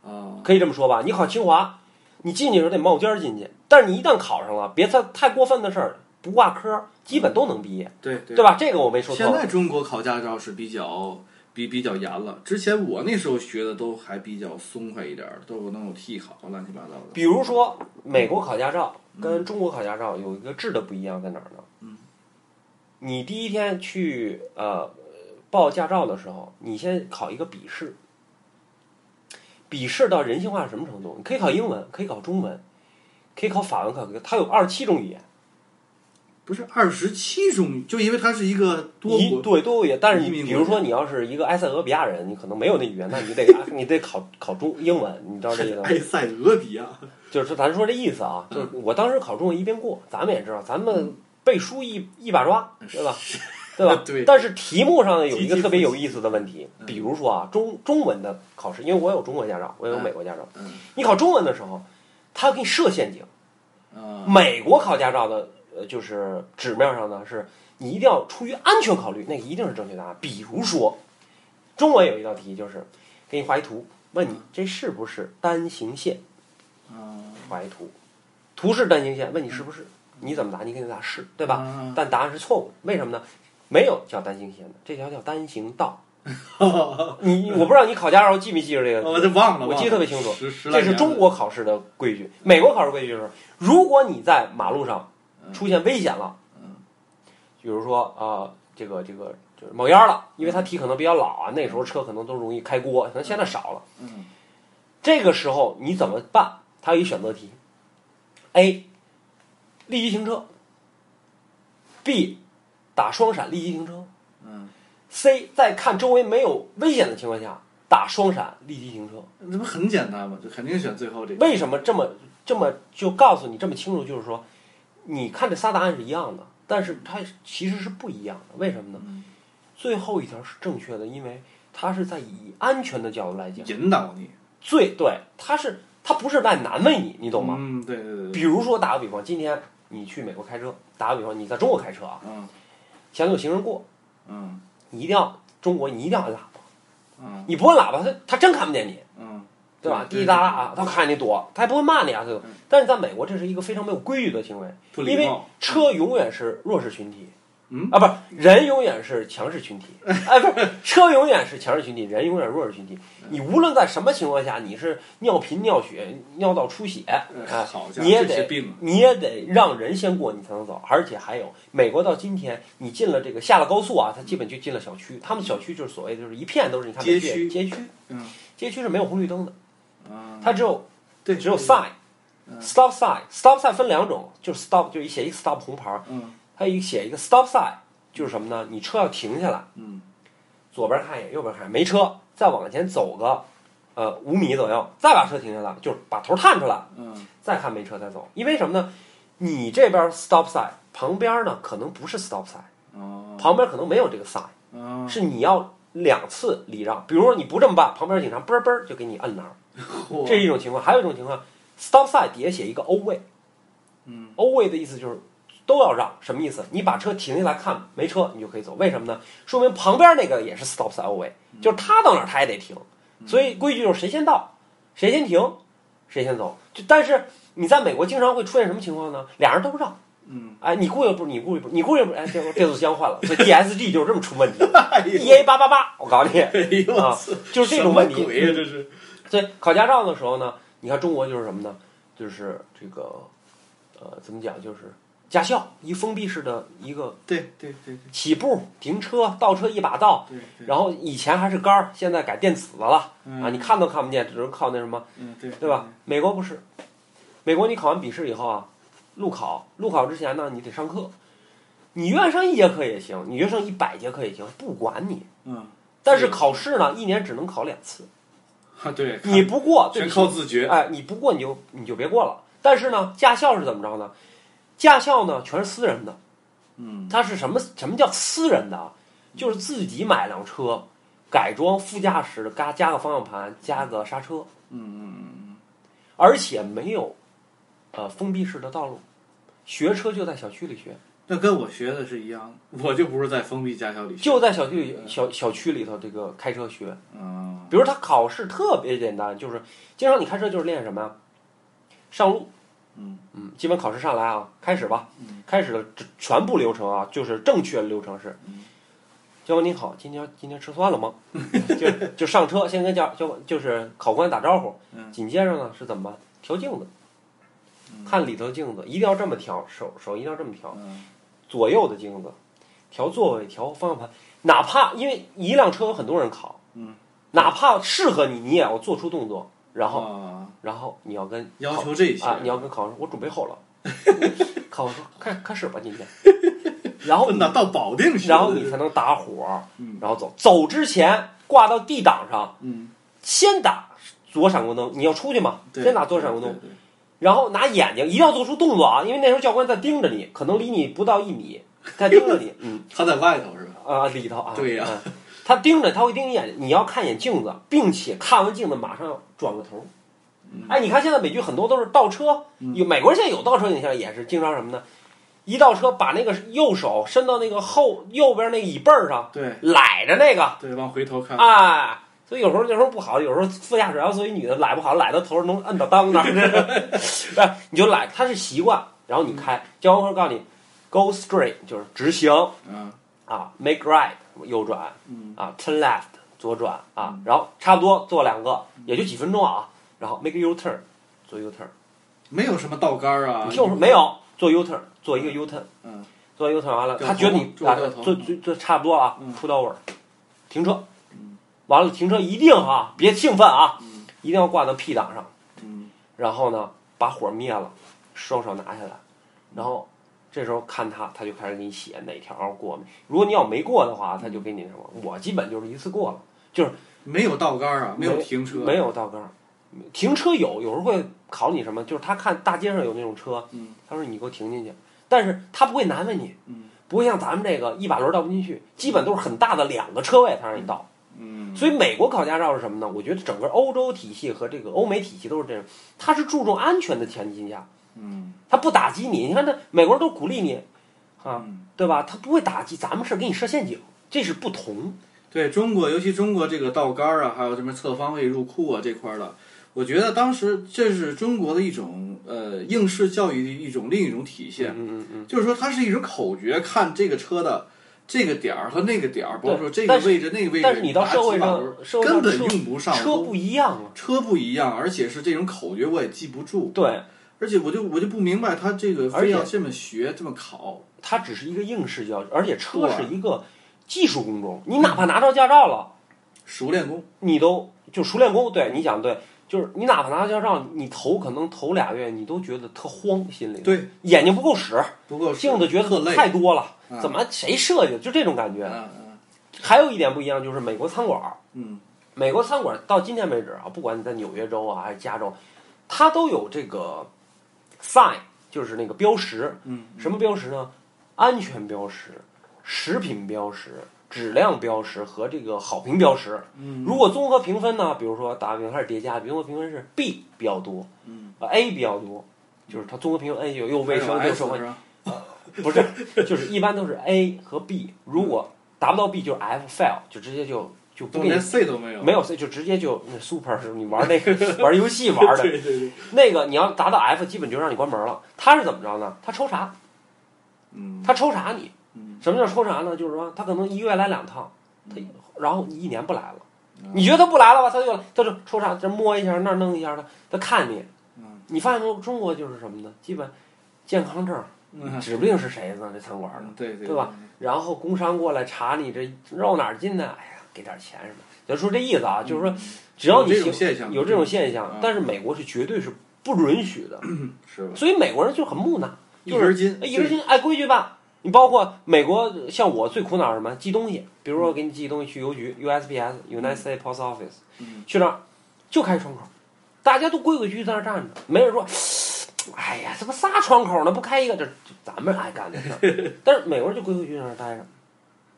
啊，可以这么说吧。你考清华，你进去的时候得冒尖儿进去，但是你一旦考上了，别太太过分的事儿，不挂科，基本都能毕业，对对。吧？这个我没说现错。在中国考驾照是比较比比较严了，之前我那时候学的都还比较松快一点儿，都有那种替考乱七八糟的。比如说美国考驾照跟中国考驾照有一个质的不一样在哪儿呢？嗯，你第一天去呃报驾照的时候，你先考一个笔试。笔试到人性化是什么程度？你可以考英文，可以考中文，可以考法文，考它有二十七种语言，不是二十七种，就因为它是一个多一国对多语言。但是移你民比国如家说你要是一个埃塞俄比亚人，你可能没有那语言，那你得你得考考中英文，你知道这个吗？埃塞俄比亚。就是咱说这意思啊，嗯就是我当时考中文一遍过，咱们也知道，咱们背书一一把抓，对吧？对吧？ 对但是题目上呢有积一个极嗯特别有意思的问题，比如说啊，中中文的考试，因为我有中国驾照，我也有嗯美国驾照。嗯你考中文的时候，他给你设陷阱。啊，美国考驾照的呃，就是纸面上呢是你一定要出于安全考虑，那个一定是正确答案。比如说，中文有一道题就是给你画一图，问你这是不是单行线嗯怀图？图是单行线，问你是不是？你怎么答？你肯定答是，对吧？嗯但答案是错误，为什么呢？没有叫单行线的，这条叫单行 道。你我不知道你考驾照记没记着这个？我这忘了，我记得特别清楚忘了十十来这是年中了国考试的规矩。美国考试规矩是，如果你在马路上出现危险了，嗯比如说啊、呃这个这个就是冒烟了，因为它题可能比较老啊，那时候车可能都容易开锅，可能现在少了。嗯这个时候你怎么办？它有一选择题：A. 立即停车；B. 打双闪立即停车嗯， ；C. 在看周围没有危险的情况下打双闪立即停车。这不很简单吗？就肯定选最后这个。为什么这么这么就告诉你这么清楚？就是说，你看这仨答案是一样的，但是它其实是不一样的。为什么呢？嗯最后一条是正确的，因为它是在以安全的角度来讲，引导你，最对，它是它不是在难为你，你懂吗？嗯，对对对比对，如说打个比方，今天你去美国开车，打个比方，你在中国开车啊，嗯前面有行人过，嗯你一定要中国，你一定要按喇叭，嗯你不按喇叭，他他真看不见你。嗯，对吧？滴对滴答答啊，他看见你躲，他也不会骂你啊，对吧嗯？但是在美国，这是一个非常没有规矩的行为，不礼因为貌车永远是弱势群体，嗯啊，不是人永远是强势群体，哎，不是车永远是强势群体，人永远是弱势群体。嗯你无论在什么情况下，你是尿频、尿血、尿道出血，哎啊好，家伙你也这些得病啊你也得让人先过，你才能走。而且还有，美国到今天，你进了这个下了高速啊，它基本就进了小区，他们小区就是所谓就是一片都是你看街美区剧街区，嗯街区是没有红绿灯的。嗯，它只有对只有 sign 嗯、 stop sign、stop sign 分两种，就是 stop 就一写一 stop 红牌儿，嗯还有一写一个 stop sign，就是什么呢？你车要停下来，嗯左边看一眼，右边看一眼，没车，再往前走个呃五米左右，再把车停下来，就是把头探出来，嗯再看没车再走。因为什么呢？你这边 stop sign 旁边呢可能不是 stop sign，哦旁边可能没有这个 sign，哦，是你要两次礼让。比如说你不这么办，旁边警察嘣儿嘣儿就给你摁那儿。嚯这是一种情况，还有一种情况，stop sign 底下写一个 O 位嗯，O 位的意思就是都要让，什么意思？你把车停下来看没车，你就可以走，为什么呢？说明旁边那个也是 stop sign O 位，嗯就是他到哪儿他也得停，所以规矩就是谁先到，谁先停，谁先走。就但是你在美国经常会出现什么情况呢？俩人都不让。嗯，哎，你故意不，你故意不，你故意不，哎，结果变速箱换了，所以 DSG 就是这么出问 题，EA 八八八，我告诉你，哎呦啊我操就是这种问题嗯什么鬼呀，这是所以考驾照的时候呢，你看中国就是什么呢？就是这个，呃，怎么讲？就是驾校一封闭式的一个对对对起步、停车、倒车一把道，对对，然后以前还是杆儿，现在改电子的了、嗯啊，你看都看不见，只能靠那什么，嗯对对吧？？美国不是，美国你考完笔试以后啊，路考，路考之前呢，你得上课，你愿上一节课也行，你愿上一百节课也行，不管你。嗯，但是考试呢，一年只能考两次，啊对，你不过对全不起靠自觉，哎，你不过你就你就别过了。但是呢，驾校是怎么着呢？驾校呢全是私人的，嗯它是什么？什么叫私人的啊？就是自己买辆车，改装副驾驶，嘎加个方向盘，加个刹车，嗯嗯而且没有呃封闭式的道路，学车就在小区里学，嗯，那跟我学的是一样，我就不是在封闭驾校里学，就在小区里小小区里头这个开车学。嗯比如他考试特别简单，就是经常你开车就是练什么呀？上路，嗯嗯，基本考试上来啊，开始吧，嗯开始的这全部流程啊，就是正确的流程是嗯，教官你好，今天今天吃饭了吗？就就上车，先跟教教官就是考官打招呼，嗯紧接着呢是怎么办？调镜子，嗯看里头镜子，一定要这么调，手手一定要这么调，嗯左右的镜子，调座位，调方向盘，哪怕因为一辆车有很多人考，嗯，哪怕适合你，你也要做出动作，然后后然后你要跟啊嗯要考求这些啊，你要跟考官说，我准 备好了。考官说，开开始吧，今天。然后问你，到到保定去，然后你才能打火，嗯然后走。走之前挂到 D 档上，嗯先打左闪光灯。你要出去嘛，对先打左闪光灯，对对然后拿眼睛一定要做出动作啊，因为那时候教官在盯着你，可能离你不到一米，他盯着 你，嗯对他在外头是吧？啊、里头啊，对呀嗯他盯着，他会盯你眼睛，你要看一眼镜子，并且看完镜子马上要转个头。嗯哎，你看现在美剧很多都是倒车，有美国人现在有倒车影像，也是经常什么呢？一倒车把那个右手伸到那个后右边那个椅背儿上，对揽着那个，嗯对，往回头看，哎，所以有时候那时候不好，有时候副驾驶要坐一女的揽不好，揽到头上能摁到裆那儿， 哎，你就揽，他是习惯，然后你开，交通课告诉你，go straight 就是直行嗯啊，make right 右转嗯啊，turn left 左转啊，然后差不多做两个，也就几分钟啊，然后 make a U turn 做 U turn，没有什么倒杆儿啊，你听我说没有做 U turn 做一个 U turn。嗯做完 U 完了，掉他觉得你头啊掉头，这这这差不多啊嗯，pull over，停车嗯，完了停车一定啊，别兴奋啊，嗯一定要挂到 P 档上，嗯然后呢把火灭了，双手拿下来，然后这时候看他，他就开始给你写哪条过没，如果你要没过的话，他就给你什么，我基本就是一次过了，没有倒杆儿啊，没有停车，没有倒杆儿，停车有，有时候会考你什么，就是他看大街上有那种车，嗯他说你给我停进去，但是他不会难为你。嗯不会像咱们这个一把轮倒不进去，基本都是很大的两个车位才让你倒。嗯，所以美国考驾照是什么呢？我觉得整个欧洲体系和这个欧美体系都是这样，它是注重安全的前提下，嗯它不打击你。你看，这美国人都鼓励你，啊，嗯，对吧？他不会打击，咱们是给你设陷阱，这是不同。对中国，尤其中国这个倒杆儿啊，还有什么侧方位入库啊这块儿的，我觉得当时这是中国的一种呃应试教育的一种另一种体现，嗯嗯嗯，就是说它是一种口诀，看这个车的。这个点儿和那个点儿，包括说这个但是位置、那个位置，但是你到社会打几把轮上，儿社会根上本车用不上，车不一样啊。车不一样，而且是这种口诀我也记不住，对，而且我就我就不明白他这个而非且要这么学这么考，它只是一个应试教育，而且车对是一个技术工种，你哪怕拿到驾照了。熟练工，你都就熟练工，对你讲对，就是你哪怕拿到驾照，你头可能头俩月你都觉得特慌，心里对，眼睛不够使，不够镜子觉特得累，太多了嗯，怎么谁设计的？就这种感觉。嗯嗯还有一点不一样就是美国餐馆儿，嗯美国餐馆儿到今天为止啊，不管你在纽约州啊还是加州，它都有这个 sign，就是那个标识，嗯什么标识呢？安全标识、食品标识、质量标识和这个好评标识。嗯如果综合评分呢，比如说打个比方还是叠加，综合评分是 B 比较多，嗯，呃 A 比较多，就是它综合评分 A 有又卫生还又有社 S 会是，吧？ 不是，就是一般都是 A 和 B，如果达不到 B 就是 F fail，就直接就就不都给连你。 C 都没有，没有，所以就直接就那 super 是你玩那个玩游戏玩的对对对，那个，你要达到 F，基本就让你关门了。他是怎么着呢？他抽查，嗯他抽查你。嗯什么叫抽查呢？就是说他可能一个月来两趟，他嗯然后一年不来了。嗯你觉得他不来了吧？他就他就抽查，这摸一下那儿弄一下的，他看你。嗯你发现中中国就是什么呢？基本健康证儿嗯指不定是谁呢，这餐馆的。对对对吧？然后工商过来查你这肉哪儿进的，哎呀，给点钱什么，就说这意思啊，嗯就是说只要你有这种行现象有这种现象嗯，但是美国是绝对是不允许的，是吧？所以美国人就很木讷，一就根是哎筋，呃一根筋按规矩办。你包括美国，像我最苦恼是什么？寄东西，比如说我给你寄东西去邮局 （USPS, United States Post Office），嗯去那儿就开窗口，大家都规规矩矩在那儿站着，没人说，哎呀，怎么仨窗口呢？不开一个，这这咱们爱干的事儿。 但是美国人就规规矩矩在那儿待着，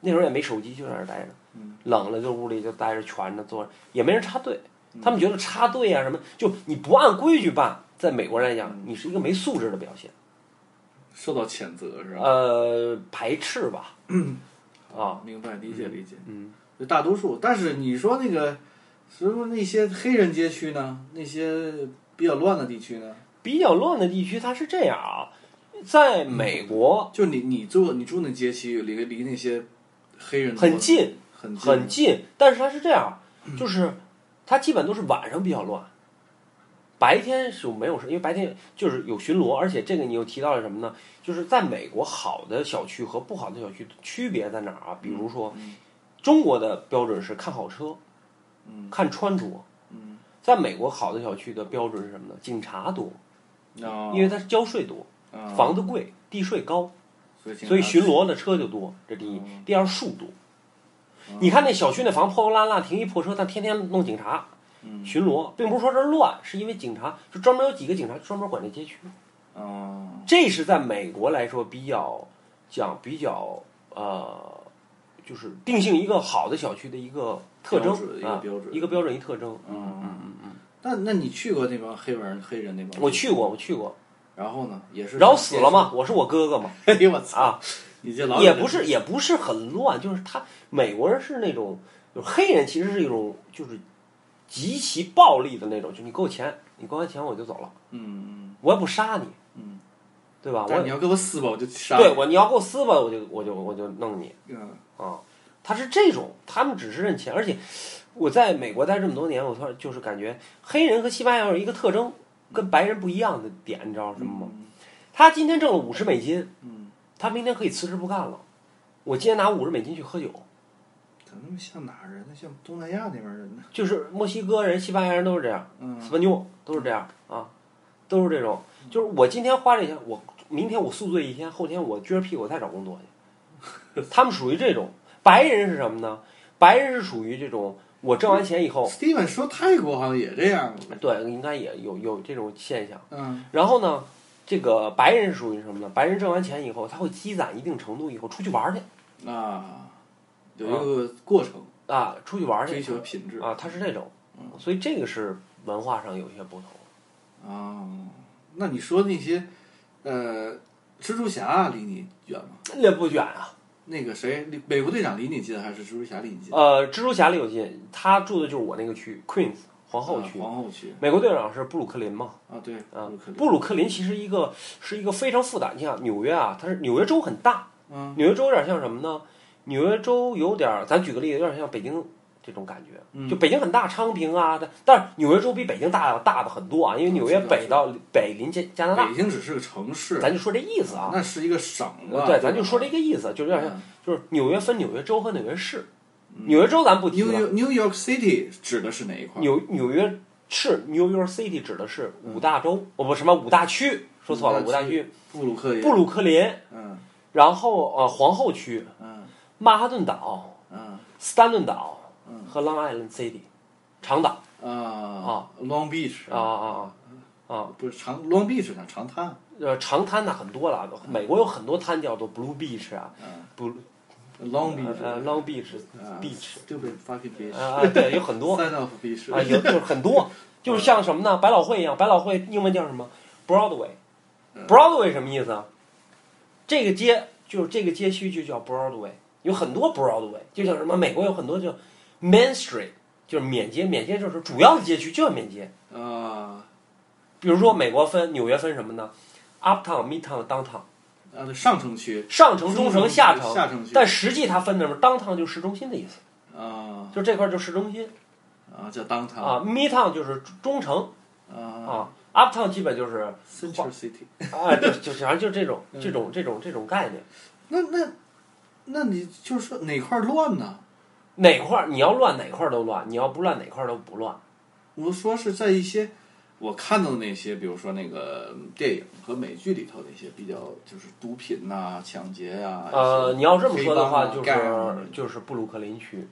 那时候也没手机，就在那儿待着，嗯冷了就屋里就待着，蜷着坐着，也没人插队嗯。他们觉得插队啊什么，就你不按规矩办，在美国人来讲嗯，你是一个没素质的表现，受到谴责是吧？呃，排斥吧，啊，明白理解理解，嗯，就大多数。但是你说那个，所以说那些黑人街区呢，那些比较乱的地区呢，比较乱的地区，它是这样啊，在美国就你你住你住那街区离离那些黑人很近，嗯很近嗯很近，但是它是这样，就是它基本都是晚上比较乱，白天是没有事，因为白天就是有巡逻，而且这个你又提到了什么呢？就是在美国好的小区和不好的小区区别在哪儿啊？比如说嗯中国的标准是看好车，嗯看穿着，嗯，在美国好的小区的标准是什么呢？警察多，哦因为它交税多，哦房子贵，地税高，所以所以巡巡逻的车就多，这第一嗯。第二树多，哦你看那小区那房破破烂烂，停一破车，但天天弄警察嗯巡逻，并不是说这儿乱，是因为警察就专门有几个警察专门管这街区。哦这是在美国来说比较讲比较呃，就是定性一个好的小区的一个特征标准一个啊标准一个标准一特征。嗯嗯嗯。那那你去过那帮黑人黑人那帮？我。去过，我去过，然后呢？也是。然后死了？嘛，我是我哥哥嘛 哎呦我操！啊，你这老有也人不是也不是很乱，就是他美国人是那种就是黑人其实是一种就是极其暴力的那种，就你给我钱，你给完钱我就走了，嗯我也不杀你，嗯，对吧？但是啊我你也要给我撕吧，我就杀对你。我你要给我撕吧，我就我就我就弄你嗯啊！他是这种，他们只是认钱，而且我在美国待这么多年，我突然就是感觉黑人和西班牙有一个特征，跟白人不一样的点，你知道是什么吗？他今天挣了五十美金，嗯，他明天可以辞职不干了，我今天拿五十美金去喝酒。怎么那么像哪儿人呢？像东南亚那边人呢？就是墨西哥人、西班牙人都是这样，斯嗯巴妞都是这样啊，都是这种。就是我今天花这钱，我明天我宿醉一天，后天我撅着屁股再找工作去。他们属于这种。白人是什么呢？白人是属于这种，我挣完钱以后， ，Steven 说泰国好像也这样。对，应该也有有这种现象。嗯然后呢，这个白人是属于什么呢？白人挣完钱以后，他会积攒一定程度以后出去玩儿去啊，有哦一个过程，啊，出去玩儿追去求品质嗯啊，他是这种，所以这个是文化上有些不同。啊。那你说那些，呃，蜘蛛侠离你远吗？那不远啊，那个谁，离美国队长离你近还是蜘蛛侠离你近？呃，蜘蛛侠里有近，他住的就是我那个区，Queens 皇后区。啊皇后区美国队长是布鲁克林嘛？啊，对，布啊鲁克，林布鲁克林其实一个是一个非常复杂。你想纽约啊，它是纽约州很大，嗯纽约州有点像什么呢？纽约州有点儿，咱举个例子，有点像北京这种感觉。嗯就北京很大，昌平啊，但但是纽约州比北京大要大的很多啊，因为纽约北到北临加加拿大北，京只是个城市，咱就说这意思啊。那是一个省嗯啊。嗯对，咱就说这个意思，就是有点像，就是纽约分纽约州和纽约市。纽约州咱不提了 New，York New York City 指的是哪一块？纽纽约市 New York City 指的是五大州，哦不什么五大区，说错了五五大大区区，布鲁克林。布鲁克林，嗯然后呃皇后区、嗯曼哈顿岛、嗯斯丹顿岛嗯和 Long Island City，长岛啊啊，Long Beach 啊啊啊啊，不是长 Long Beach 讲长滩，呃长滩那很多了，美国有很多滩叫做 Blue Beach 啊嗯，Blue ，Long 呃 Beach Long Beach 啊 Beach stupid fucking beach，啊啊对，有很多 sign off beach 啊有就是很多，就是像什么呢？百老汇一样，百老汇英文叫什么？Broadway。嗯 Broadway 什么意思啊？这个街就是这个街区就叫 Broadway，有很多 Broadway，就像什么美国有很多叫 Main Street，就是免街，免街就是主要的街区就叫免街。啊比如说美国分纽约分什么呢？Uptown、Midtown、Downtown，啊，上城区上城、中城、下城。下城区但实际它分的是 Downtown 就是市中心的意思，啊就这块就是市中心啊叫 downtown 啊，Midtown 就是中城啊啊，Uptown 基本就是啊 Central City，就就反正就这种这种这种这种概念。那那那你就是说哪块乱呢？哪块儿你要乱哪块儿都乱，你要不乱哪块儿都不乱。我说是在一些我看到的那些，比如说那个电影和美剧里头那些比较就是毒品呐、抢劫呀、呃，一些你要这么黑说的帮话，啊就是干啊就是布鲁克林区。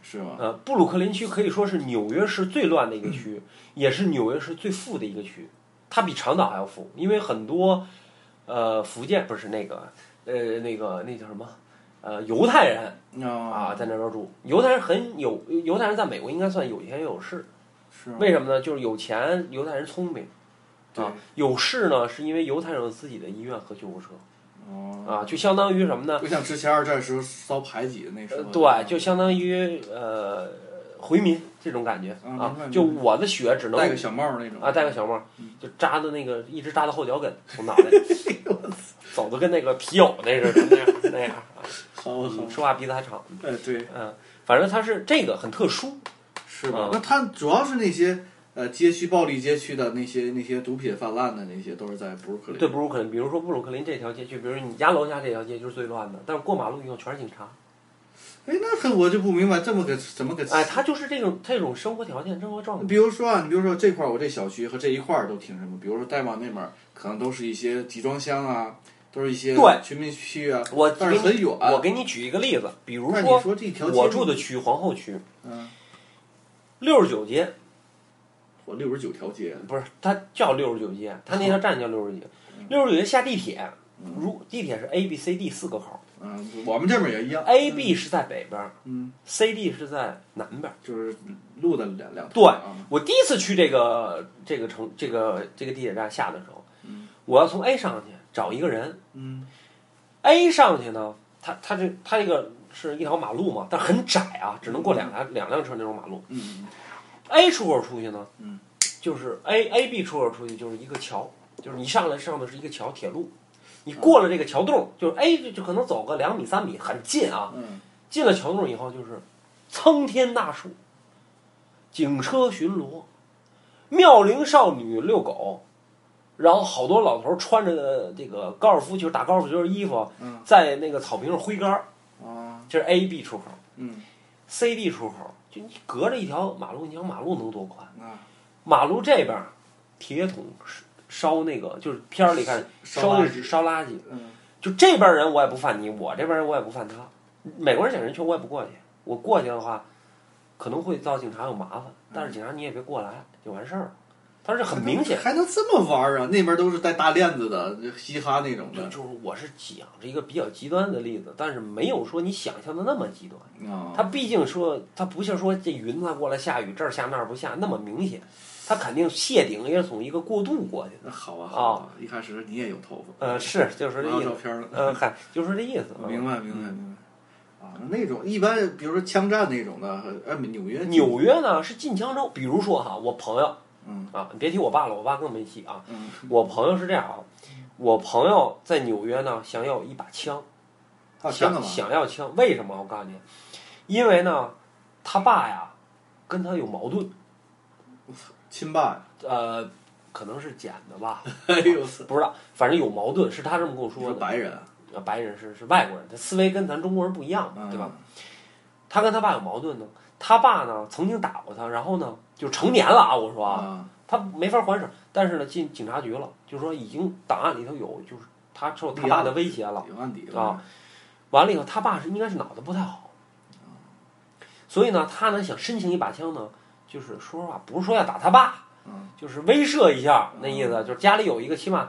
是吗？呃，布鲁克林区可以说是纽约市最乱的一个区，也是纽约市最富的一个区。它比长岛还要富，因为很多呃福建不是那个呃那个那叫什么呃犹太人啊啊，在那边住，犹太人很有犹太人在美国应该算有钱有势。是吗？为什么呢？就是有钱，犹太人聪明。对啊，有势呢，是因为犹太人有自己的医院和救护车。哦，啊，就相当于什么呢？不像之前二战时候遭排挤的那时呃候，对，就相当于呃回民这种感觉啊明白啊明白，就我的血只能戴个嗯小帽儿那种啊戴个小帽儿，就扎的那个一直扎到后脚跟，从脑 袋哎走的跟那个皮友那似的那样 那样，啊好好，嗯说话鼻子还长，哎对，嗯，反正他是这个很特殊，是吧啊？那他主要是那些呃街区暴力街区的那些那些毒品泛滥的那些都是在布鲁克林，对布鲁克林，比如说布鲁克林这条街，就比如你家楼下这条街就是最乱的，但是过马路以后全是警察，哎，那可我就不明白这么个怎么个哎，他就是这种这种生活条件、生活状态。比如说啊，你比如说这块儿，我这小区和这一块儿都挺什么？比如说再往那边儿，可能都是一些集装箱啊，都是一些对居民区啊，我但是给你很远。我给你举一个例子，比如那你说这条街我住的区皇后区嗯，六十九街，我六十九条街，不是它叫六十九街，它那条站叫六十九街。六十九街下地铁，如地铁是 A B C D 四个口嗯，我们这边儿也一样。 ，A B 是在北边嗯， ，C D 是在南边。就是路的两两头对啊，我第一次去这个这个城这个这个地铁站下的时候，我要从 A 上去找一个人嗯，A 上去呢，它它这它这个是一条马路嘛，但很窄啊，只能过两辆两辆车那种马路。嗯 A 出口出去呢，嗯，就是 A A B 出口出去就是一个桥，就是你上来上的是一个桥铁路，你过了这个桥洞，就是 A 就就可能走个两米三米，很近啊。嗯进了桥洞以后就是苍天大树、警车巡逻、妙龄少女遛狗，然后好多老头穿着这个高尔夫球打高尔夫球的衣服，嗯在那个草坪上挥杆儿，啊这是 A B 出口嗯，C D 出口就你隔着一条马路，你想马路能多宽？啊，马路这边儿铁桶烧那个就是片儿里看烧烧垃那圾烧垃圾，嗯就这边人我也不犯你，我这边人我也不犯他。美国人想人权我也不过去，我过去的话，可能会遭警察有麻烦。但是警察你也别过来，就完事儿了。但是很明显，还能这么玩儿啊？那边都是带大链子的，就嘻哈那种就的就是我是讲这一个比较极端的例子，但是没有说你想象的那么极端。啊。它毕竟说它不像说这云彩过来下雨，这儿下那儿不下那么明显，它肯定谢顶也是从一个过渡过去的。那好啊好啊，一开始你也有头发，呃，是就是这我意要照思。片了。呃，嗨，就是这意思。哦明白明白明白。啊，那种一般，比如说枪战那种的，呃，纽约纽约呢是禁枪州，比如说哈，我朋友嗯啊，你别提我爸了，我爸更没戏啊。嗯我朋友是这样啊，我朋友在纽约呢，想要一把枪，啊，真的想吗？想要枪，为什么？我告诉你，因为呢，他爸呀跟他有矛盾，亲爸呀，呃，可能是捡的 吧，哎呦，我操不知道，反正有矛盾，是他这么跟我你说说的。白人啊，呃白人是是外国人，他思维跟咱中国人不一样嘛，对吧？嗯？他跟他爸有矛盾呢，他爸呢曾经打过他，然后呢就成年了啊，我说啊，啊，他没法还手，但是呢进警察局了，就说已经档案里头有，就是他受他爸的威胁了。有案底了啊，完了以后，他爸是应该是脑子不太好，所以呢，他呢想申请一把枪呢，就是说实话，不是说要打他爸，嗯，就是威慑一下，那意思就是家里有一个起码，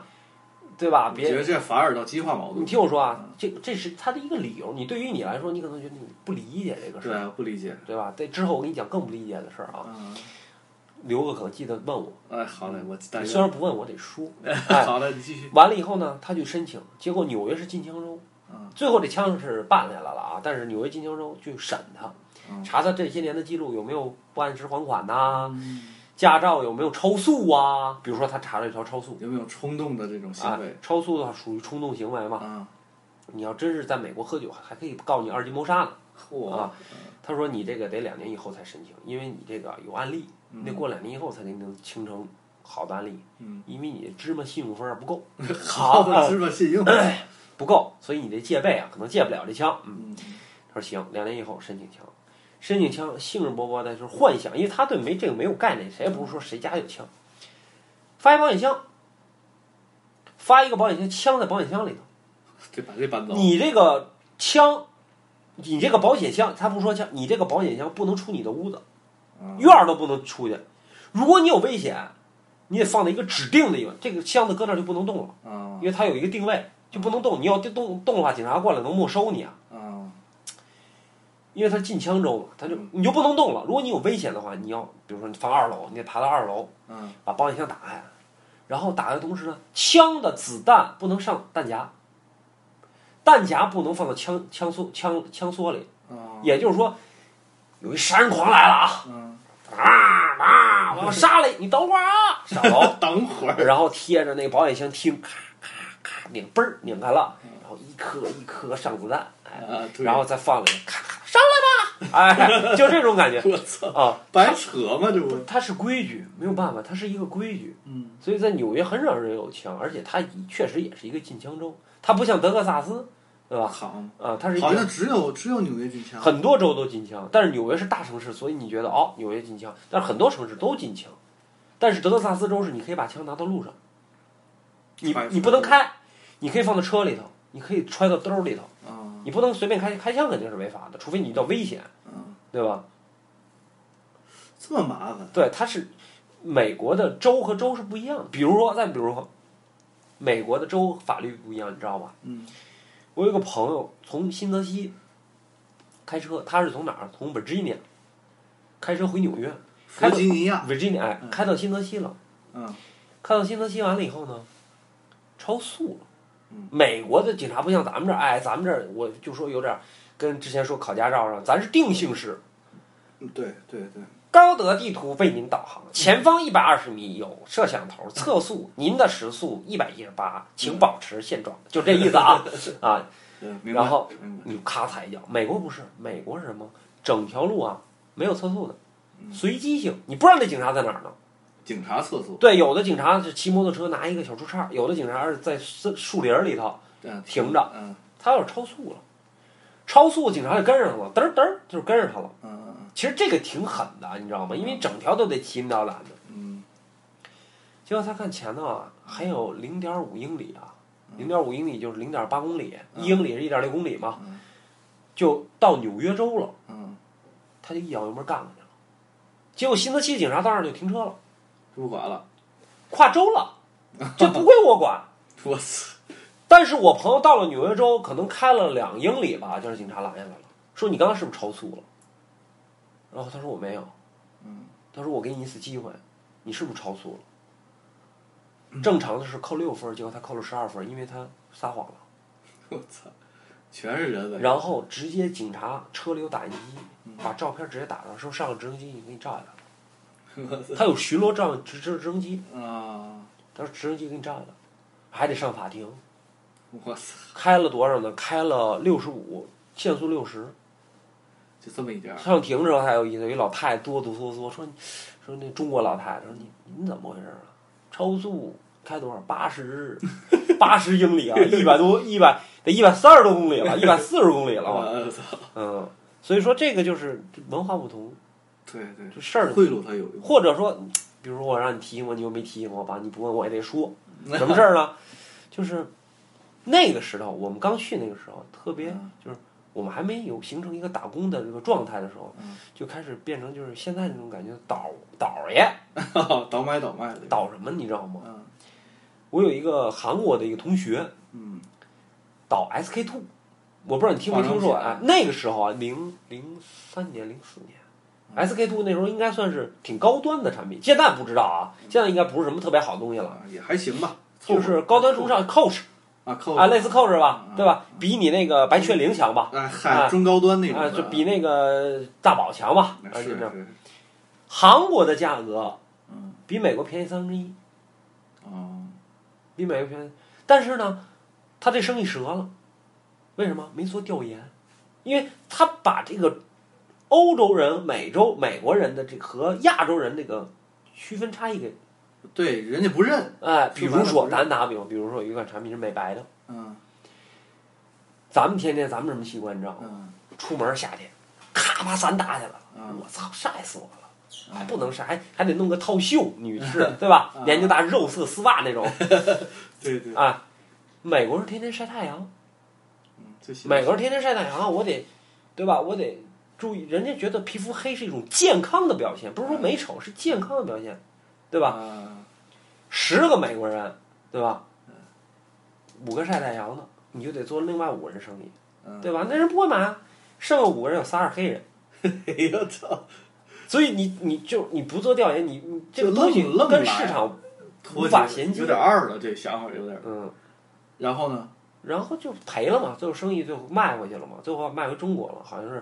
对吧？我觉别得这反而到激化矛你盾，听我说啊，这这是他的一个理由。你对于你来说，你可能觉得你不理解这个事儿，对，不理解。对吧？对，之后我跟你讲更不理解的事儿啊。嗯，留个梗，记得问我。哎，好嘞，我但你是 虽然不问我得说。哎，好嘞，你继续。完了以后呢，他去申请，结果纽约是禁枪州，嗯最后这枪是办下来了啊，但是纽约禁枪州去审他，嗯查他这些年的记录有没有不按时还款呐、嗯驾照有没有超速啊？比如说他查了一条超速，有没有冲动的这种行啊为？，超速的话属于冲动行为嘛？啊，你要真是在美国喝酒，还还可以告你二级谋杀呢。嚯 啊，他说你这个得两年以后才申请，因为你这个有案例，你得过两年以后才给你能形成好的案例，嗯，因为你的芝麻信用分儿不够。好的芝麻信用。不够，所以你这戒备啊，可能戒不了这枪。嗯，嗯他说行，两年以后申请枪，申请枪，兴致勃勃的就是幻想，因为他对没这个没有概念，谁也不是说谁家有枪，发一保险箱，发一个保险箱，枪在保险箱里头，得把这搬走。你这个枪，你这个保险箱，他不说枪，你这个保险箱不能出你的屋子，嗯院儿都不能出去，如果你有危险，你得放在一个指定的地方，这个箱子搁那儿就不能动了。啊因为它有一个定位，就不能动。你要动动的话，警察过来能没收你啊，啊因为它禁枪州嘛，它就你就不能动了。如果你有危险的话，你要比如说你放二楼，你得爬到二楼，嗯把保险箱打开，然后打开的同时呢，枪的子弹不能上弹夹，弹夹不能放到枪枪梭枪枪梭里，啊也就是说，有一杀人狂来了啊嗯，啊啊！我要杀了你，你等会儿啊，上楼。 等会儿然后贴着那个保险箱听，咔咔咔拧，嘣儿拧开了，然后一颗一颗上子弹，哎，啊，对然后再放里，咔咔上来吧，哎，就这种感觉 我操，啊。白扯嘛，这不，它是规矩，没有办法，它是一个规矩，嗯所以在纽约很少人有枪，而且它也确实也是一个禁枪州，它不像德克萨斯，对吧？好，啊，它是一好个像只有只有纽约禁枪。很多州都禁枪，但是纽约是大城市，所以你觉得哦，纽约禁枪，但是很多城市都禁枪，但是德克萨斯州是你可以把枪拿到路上，你揣你不能开，你可以放到车里头，你可以揣到兜里头，啊你不能随便开，开枪肯定是违法的，除非你遇到危险，嗯，对吧？这么麻烦。对，它是美国的州和州是不一样的，比如说，再比如说，美国的州法律不一样，你知道吧？嗯我有一个朋友从新泽西开车，他是从哪儿？从 Virginia 开车回纽约。弗吉尼亚， Virginia 哎开到新泽西了，嗯开到新泽西完了以后呢，超速了，美国的警察不像咱们这儿，哎，咱们这儿我就说有点儿跟之前说考驾照上，咱是定性式，嗯对对对，高德地图为您导航，前方一百二十米有摄像头测速，您的时速一百一十八，请保持现状，就这意思啊啊！嗯明白然后明白你咔踩一脚，美国不是，美国是什么？整条路啊没有测速的，随机性，你不知道那警察在哪儿呢。警察测速，对，有的警察是骑摩托车拿一个小竹叉，有的警察是在树树林儿里头，嗯，停着，嗯他要是超速了，超速警察就跟上他了，嘚儿嘚儿就是跟上他了。嗯嗯其实这个挺狠的，你知道吗？因为整条都得骑你导览的。嗯结果他看前头啊，还有零点五英里啊，零点五英里就是零点八公里，一英里是一点六公里嘛，嗯就到纽约州了。嗯，他就一脚油门干过去了，结果新泽西警察到那儿就停车了，出法了，跨州了，这不归我管。我操，但是我朋友到了纽约州，可能开了两英里吧，就让警察拦下来了，说你刚刚是不是超速了？然后他说我没有，嗯，他说我给你一次机会，你是不是超速了？正常的是扣六分，结果他扣了十二分，因为他撒谎了。我操，全是人为，然后直接警察车里有打印机，把照片直接打上，说上直升机已经给你照下来了。我操他有巡逻照直直直升机，啊，他说直升机给你照下来了，还得上法庭。我操，开了多少呢？开了六十五，限速六十。就这么一点儿，上庭的时候还有一有一老太太哆哆嗦嗦说你，说那中国老太太说你您怎么回事啊？超速开多少？八十，八十英里啊，一百多，一百得一百三十多公里了，一百四十公里了。啊我操，嗯，所以说这个就是文化不同，对对，这事儿，贿赂他有用，或者说，比如说我让你提醒我，你又没提醒我，吧？你不问我也得说，什么事儿呢？就是那个时候，我们刚去那个时候，特别嗯就是我们还没有形成一个打工的这个状态的时候嗯，就开始变成就是现在这种感觉倒倒爷倒买倒卖的，倒什么，你知道吗？嗯我有一个韩国的一个同学嗯倒 SK two，我不知道你听没听说过啊？那个时候啊，零零三年、零四年。SK two 那时候应该算是挺高端的产品，现在不知道啊，现在应该不是什么特别好东西了，啊，也还行吧，嗯凑就合是高端崇尚 Coach 啊，扣啊，类似 Coach 吧，嗯对吧？比你那个白雀羚强吧？哎啊嗨，中高端那种啊，的，就比那个大宝强吧，啊，是就这样。是，韩国的价格嗯比美国便宜三分之一，哦，比美国便宜。但是呢，他这生意折了，为什么？没做调研，因为他把这个欧洲人、美洲、美国人的这个和亚洲人这个区分差异给，对，人家不认，哎，比如就完说了咱打个比方，比如说有一款产品是美白的，嗯咱们天天咱们什么习惯，你知道吗？嗯出门夏天，咔把伞打起来了，嗯我操，晒死我了。还嗯不能晒，还还得弄个套袖，女 士对吧？啊年纪大肉色丝袜那种对对，啊。美国人天天晒太阳，嗯最新的美国人天天晒太阳，我得对吧？我得注意，人家觉得皮肤黑是一种健康的表现，不是说美丑，是健康的表现，对吧？ 啊十个美国人，对吧？五个晒太阳的，你就得做另外五个人生意，嗯，对吧？那人不会买啊，剩下五个人有仨是黑人，哎呦操，所以你你就你不做调研，你你这个就东西愣愣跟来市场脱无节法衔接有，点二了，这想法有点儿。嗯。然后呢，然后就赔了嘛，最后生意最后卖回去了嘛，最后卖回中国了，好像是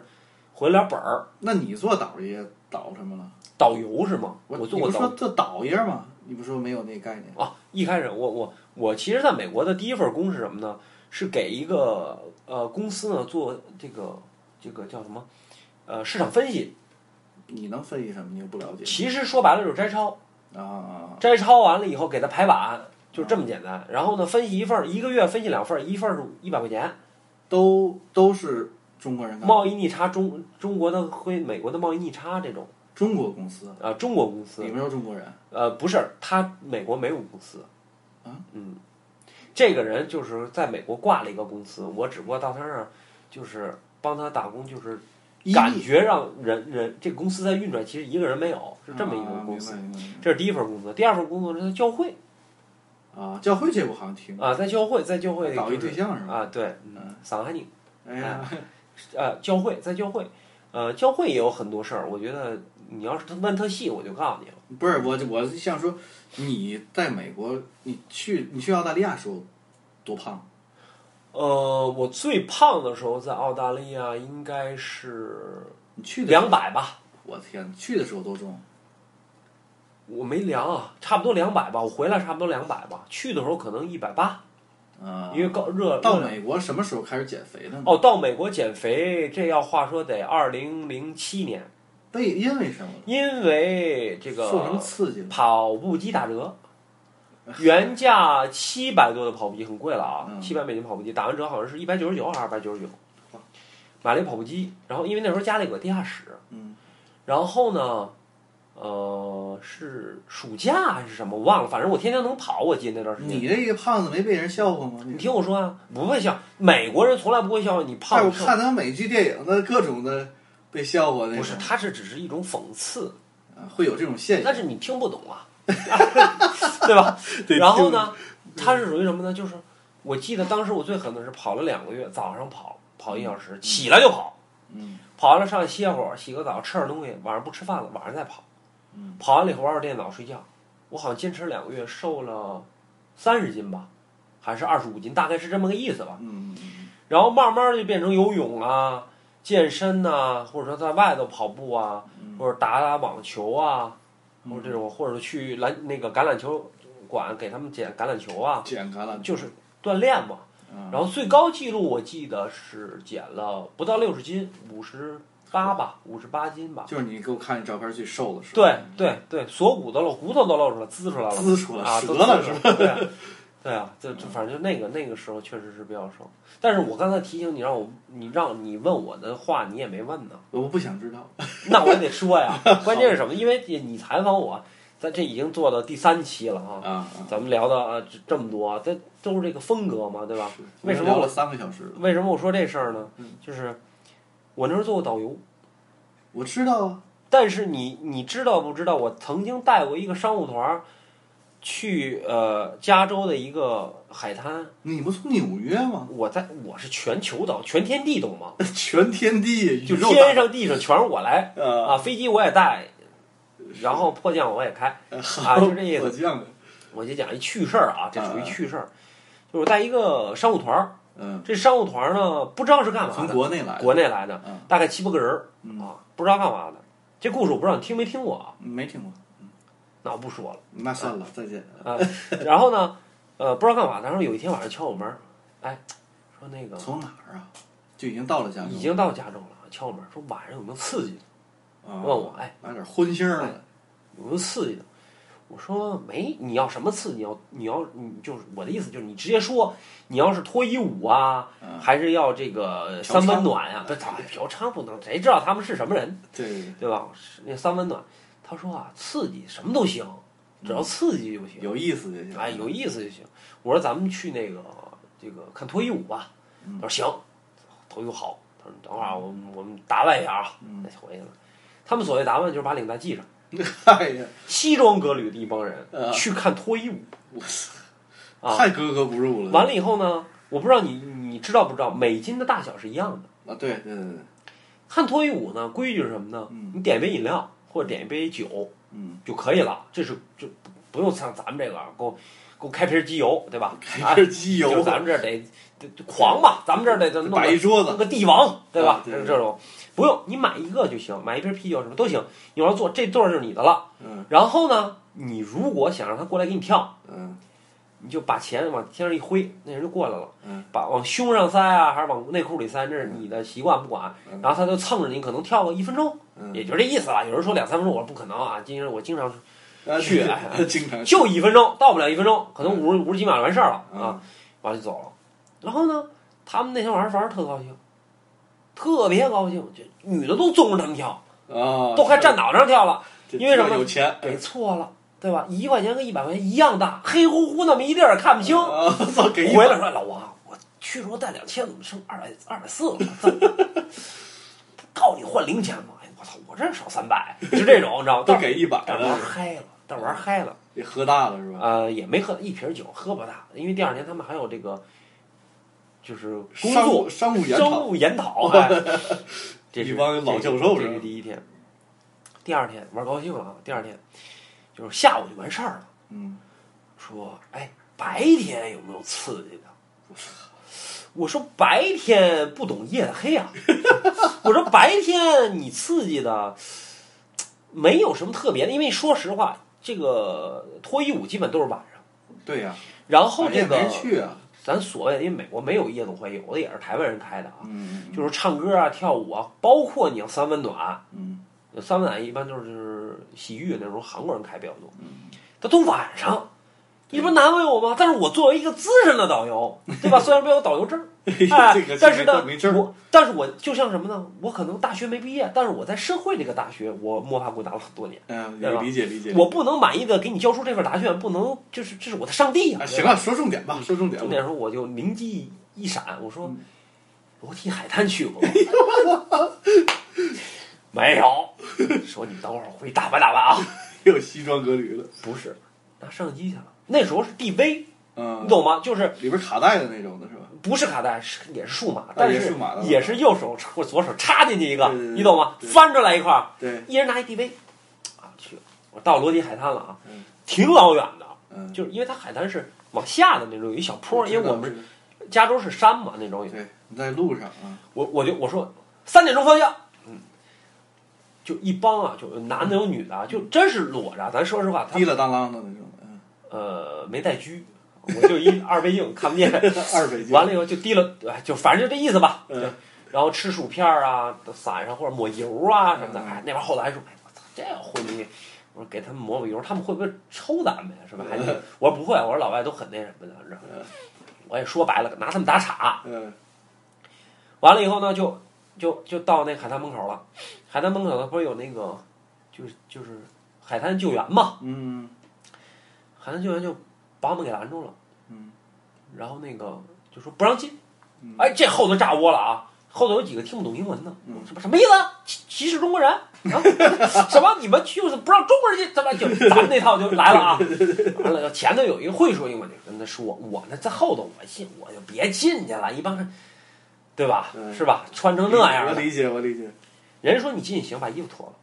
回了点本儿。那你做倒爷倒什么了？导游是吗？我你做过不导说游这倒爷吗？你不说没有那概念？啊。一开始我我我其实在美国的第一份工是什么呢？是给一个呃公司呢做这个这个叫什么呃市场分析。你能分析什么？你又不了解其实说白了就是摘抄，啊啊摘抄完了以后给它排版，就是这么简单。然后呢分析一份儿，一个月分析两份儿，一份儿是一百块钱。都都是中国人干的，贸易逆差中中国的和美国的贸易逆差这种中国公司，啊、中国公司里面有中国人，呃，不是，他美国没有公司。啊嗯，这个人就是在美国挂了一个公司，我只不过到他那儿就是帮他打工，就是一感亿觉让人人这个公司在运转，其实一个人没有，是这么一啊个公司。明白明白这是第一份工作，第二份工作是在教会啊，教会这我好像听过，啊，在教会，在教会倒一就是对象是吧？啊，对，嗯，桑哈尼哎呀，呃，教会在教会，呃，教会也有很多事儿，我觉得你要是问特细，我就告诉你了。不是我，我是想说，你在美国，你去你去澳大利亚时候多胖？呃，我最胖的时候在澳大利亚应该是你去的时候两，百吧，我天，去的时候多重？我没量啊，差不多两百吧，我回来差不多两百吧，去的时候可能一百八，啊、因为高热到热量美国什么时候开始减肥的呢？哦，到美国减肥，这要话说得二零零七年，被因为什么？因为这受什么个刺激了？跑步机打折，原价七百多的跑步机很贵了啊，哎嗯七百美金跑步机打完折好像是一百九十九还是二百九十九，买了一跑步机，然后因为那时候家里有个地下室，嗯，然后呢，呃，是暑假还是什么我忘了，反正我天天能跑，我记得那段时间。你这个胖子没被人笑话吗？你听我说啊，不会笑，美国人从来不会笑你但胖哎我瘦看他美剧、电影的各种的被笑话那种，不是，他是只是一种讽刺，啊会有这种现象但。是你听不懂啊， 对吧？ 对然后呢，它是属于什么呢？就是我记得当时我最狠的是跑了两个月，早上跑跑一小时，起来就跑，嗯，跑完了上去歇会儿，洗个澡，吃点东西，晚上不吃饭了，晚上再跑嗯，跑完了以后玩会儿电脑睡觉。我好像坚持了两个月，瘦了三十斤吧，还是二十五斤，大概是这么个意思吧。嗯嗯嗯然后慢慢就变成游泳啊、健身呐、或者说在外头跑步啊，嗯或者打打网球啊，或者这种，或者去篮那个橄榄球馆给他们捡橄榄球啊，减橄榄，就是锻炼嘛。嗯然后最高记录我记得是减了不到六十斤，五十八吧，嗯五十八斤吧。就是你给我看你照片最瘦的时候，对对对，锁骨都露，骨头都露出来，滋出来了，滋出来啊，折都了滋出来了，对啊，对啊，就就反正就那个那个时候确实是比较瘦，但是我刚才提醒你让我你让你问我的话你也没问呢，我不想知道。那我也得说 呀，关键是什么？因为你采访我，咱这已经做到第三期了啊，啊，咱们聊到啊这这么多，这都是这个风格嘛，对吧？是为什么聊我了三个小时？为什么我说这事儿呢？就是我那时候做过导游，我知道啊，但是你你知道不知道？我曾经带过一个商务团儿去呃加州的一个海滩，你不从纽约吗？ 我在我是全球岛全天地，懂吗？全天地就宇宙天上地上全是我来大啊，啊，飞机我也带，然后迫降我也开啊，就这意 我思。见过。我就讲一趣事儿啊，这属于趣事儿，就是我带一个商务团儿，嗯，这商务团儿呢不知道是干嘛从啊的，国内来的，国内来的嗯，大概七八个人儿嗯，啊，不知道干嘛的。这故事我不知道你听没听过啊，没听过，那我不说了。那算了，再见。啊， 然后呢，呃，不知道干嘛，然后有一天晚上敲我门儿，哎，说那个从哪儿啊？就已经到了加州，已经到加州了，敲我门儿说晚上有没有刺激的？啊问我，哎，来点荤腥儿的，有没有刺激的？我说没，你要什么刺激？你要你要你就是我的意思就是你直接说，你要是脱衣舞啊，嗯还是要这个嫖娼三温暖呀、啊？不是，嫖娼不能，谁知道他们是什么人，对对对吧？是那三温暖，他说啊，刺激什么都行，只要刺激就行对，。有意思就行。哎，有意思就行。我说咱们去那个这个看脱衣舞吧。他说行，脱衣舞好。他说等会儿啊我们我们打扮一下啊，再回去了。他们所谓打扮就是把领带系上， 哎呀，西装革履的一帮人呃去看脱衣舞。我操，啊太格格不入了。完了以后呢，我不知道你你知道不知道，美金的大小是一样的。啊，对对对对，看脱衣舞呢，规矩是什么呢？你点一杯饮料或者点一杯酒嗯，就可以了，这是就不不用像咱们这个给我给我开瓶机油，对吧？啊开瓶机哎就油，咱们这儿得得得狂嘛，咱们这儿得得弄摆一个桌弄子，个帝王，对吧啊？对这这种不用，你买一个就行，买一瓶啤酒什么都行。你要做这座就是你的了。嗯然后呢，你如果想让他过来给你跳，嗯你就把钱往天上一挥，那人就过来了。嗯，把往胸上塞啊，还是往内裤里塞，那是你的习惯，不管。嗯然后他就蹭着你，可能跳个一分钟，也嗯，就这意思了。有人说两三分钟，我说不可能啊，今天我经常啊去对 经常就一分钟，到不了一分钟，可能五十五十几秒就完事儿了啊。啊，完了就走了。然后呢，他们那天晚上玩儿特高兴，特别高兴，这女的都纵着他们跳，啊，都快站脑袋上跳了，这，因为什么呢哎有钱，给错了，对吧？一块钱跟一百块钱一样大，黑乎乎那么一地儿看不清。啊，操，给一回来说老王，我去时候带两千，怎么剩二百二百四了？怎么 告你换零钱吗？哎，我操，我这少三百，就这种，你知道吗？都给一百但玩儿了，嗨了，但玩儿嗨了。也喝大了是吧？呃，也没喝一瓶酒，喝不大，因为第二天他们还有这个，就是工商作务商务研商讨，务研 讨，哎，这是一帮老教授这是是吧第一天，第二天玩高兴了啊，第二天就是下午就完事儿了，嗯，说哎，白天有没有刺激的？我说白天不懂夜的黑啊，我说白天你刺激的没有什么特别的，因为说实话，这个脱衣舞基本都是晚上，对呀、然后这也个没去啊，咱所谓的，因为美国没有夜总会，有的也是台湾人开的啊，嗯就是唱歌啊、跳舞啊，包括你要三温暖，嗯三温暖一般就是洗浴那种韩国人开比较多，嗯，他都晚上，你不难为我吗？但是我作为一个资深的导游，对吧？虽然没有导游证，哎这个，但是呢没证，儿，我但是我就像什么呢？我可能大学没毕业，但是我在社会这个大学，我摸爬滚打了很多年，嗯，对吧理解理解。我不能满意的给你交出这份答卷，不能就是这是我的上帝呀、啊，对吧行了，说重点吧，说重点嗯重吧。点时候我就灵机一闪，我说嗯裸体海滩去过吗？ 没有。说你等会儿回去打扮打扮啊。又西装革履了，不是，拿相机去了。那时候是 DV，嗯，你懂吗？就是里边卡带的那种的是吧？不是卡带，是也是数码，但啊也是是数码的也是右手或左手插进去一个，对对对你懂吗？对翻出来一块儿，对，一人拿一 DV，啊去了，我到罗迪海滩了啊嗯，挺老远的，嗯，就是因为它海滩是往下的那种，有一小坡，因为我们知道加州是山嘛，那种有知道对你在路上啊，我我就我说三点钟方向，嗯，就一帮啊，就有男的有女的啊，就真是裸着啊。咱说实话，他滴了当啷的那种的， 嗯，呃没带狙，我 就一二倍镜看不见，二北京完了以后就滴了，哎就反正就这意思吧。嗯对，然后吃薯片儿啊，撒上或者抹油啊什么的。嗯哎，那边后来还说，哎，我操，这混进去。我说给他们抹抹油，他们会不会抽咱们呀？是吧？还嗯我说不会，我说老外都很那什么的，你知道嗯吗？我也说白了，拿他们打岔。啊嗯完了以后呢，就就就到那海滩门口了。海滩门口它不是有那个，就是就是海滩救援嘛？嗯海滩救援就把我们给拦住了，嗯然后那个就说不让进嗯。哎，这后头炸窝了啊！后头有几个听不懂英文的嗯，什么什么意思啊？歧歧视中国人啊？ 什么？你们就是不让中国人进？怎么就咱们那套就来了啊？完了，前头有一个会说英文的跟他说，我呢在后头我进我就别进去了，一帮人，对吧？嗯是吧？穿成那样我了，理解我理解，人家说你进去行，把衣服脱了。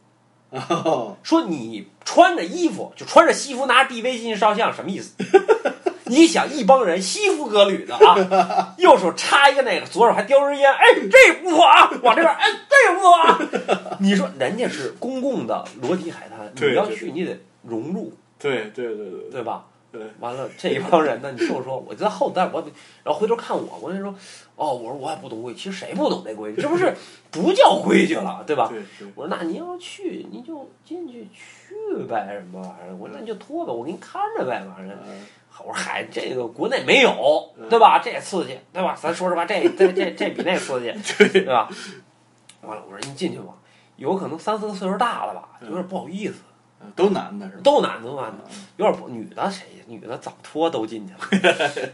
哦，说你穿着衣服就穿着西服，拿着 DV 进去照相，什么意思？ 你想一帮人西服革履的啊，右手插一个那个，左手还叼根烟，哎，这不错啊，往这边，哎，这不错啊。 你说人家是公共的裸体海滩，对你要对去你得融入，对对对对对吧？对，完了，这一帮人呢，你听我说，我就在后头，我然后回头看我，我就说，哦，我说我也不懂规矩，其实谁不懂这规矩？这不是不叫规矩了，对吧？对对，我说那你要去，你就进去去呗，什么玩意儿？我说那你就脱吧，我给你看着呗，完了。嗯我说嗨，这个国内没有嗯，对吧？这也刺激，对吧？咱说实话，这这这这比那 刺激，对吧？完了，我说你进去吧，有可能三四个岁数大了吧，有点不好意思，嗯都男的是吧？都男的都男的，有点不女的谁女的早脱都进去了，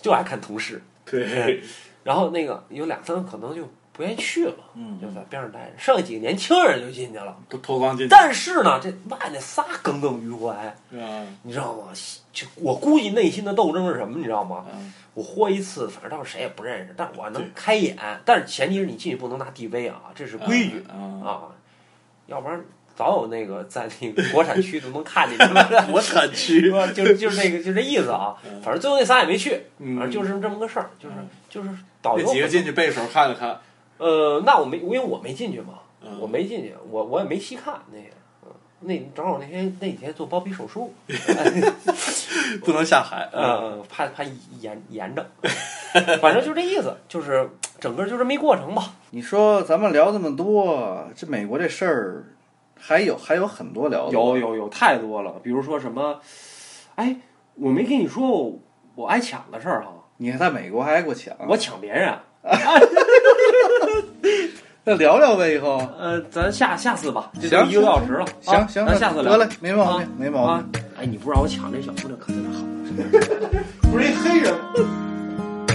就爱看同事。 对，然后那个有两三个可能就不愿意去了，嗯就在边上待着，剩下几个年轻人就进去了。都脱光进去但是呢，这外那仨耿耿于怀，啊，你知道吗？就我估计内心的斗争是什么，你知道吗？ 嗯我豁一次，反正到时候谁也不认识，但我对能开眼。但是前提是你进去不能拿 DV 啊，这是规矩、嗯啊，啊，要不然早有那个在那个国产区都能看见 你了。我产 区，就就是那个就这意思啊嗯，反正最后那仨也没去，嗯反正就是这么个事儿，就是嗯就是导游那几个进去背手看了看，呃，那我没，因为我没进去嘛，嗯我没进去，我我也没细看那个，嗯那正好那天那几天做包皮手术，不能下海，呃，怕怕炎炎症， 反正就这意思，就是整个就这么一过程吧。你说咱们聊这么多，这美国这事儿，还有还有很多聊的。有有有太多了，比如说什么，哎，我没跟你说我我挨抢的事儿哈，你还在美国还挨过抢，我抢别人，啊那聊聊呗，以后。呃，咱下下次吧，这行都一个多小时了，啊行行，咱那下次聊得嘞，没毛病，没毛啊病。，哎，你不让我抢这小姑娘可真好。不是一黑人。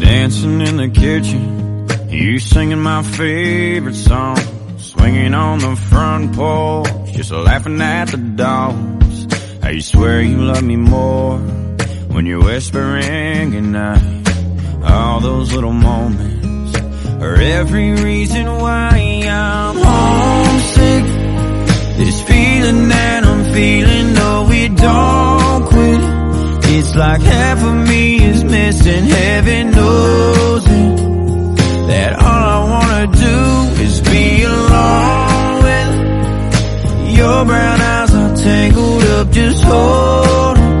Dancing in the kitchen, you singing my favorite song. Swinging on the front porch, just laughing at the dogs. How you swear you love me more when you're whispering goodnight. All those little moments are every reason why I'm homesick. This feeling that I'm feeling, no, it don't quit. It's It's like half of me is missing, heaven knows it. That all I wanna do is be alone with your brown eyes are tangled up, just holding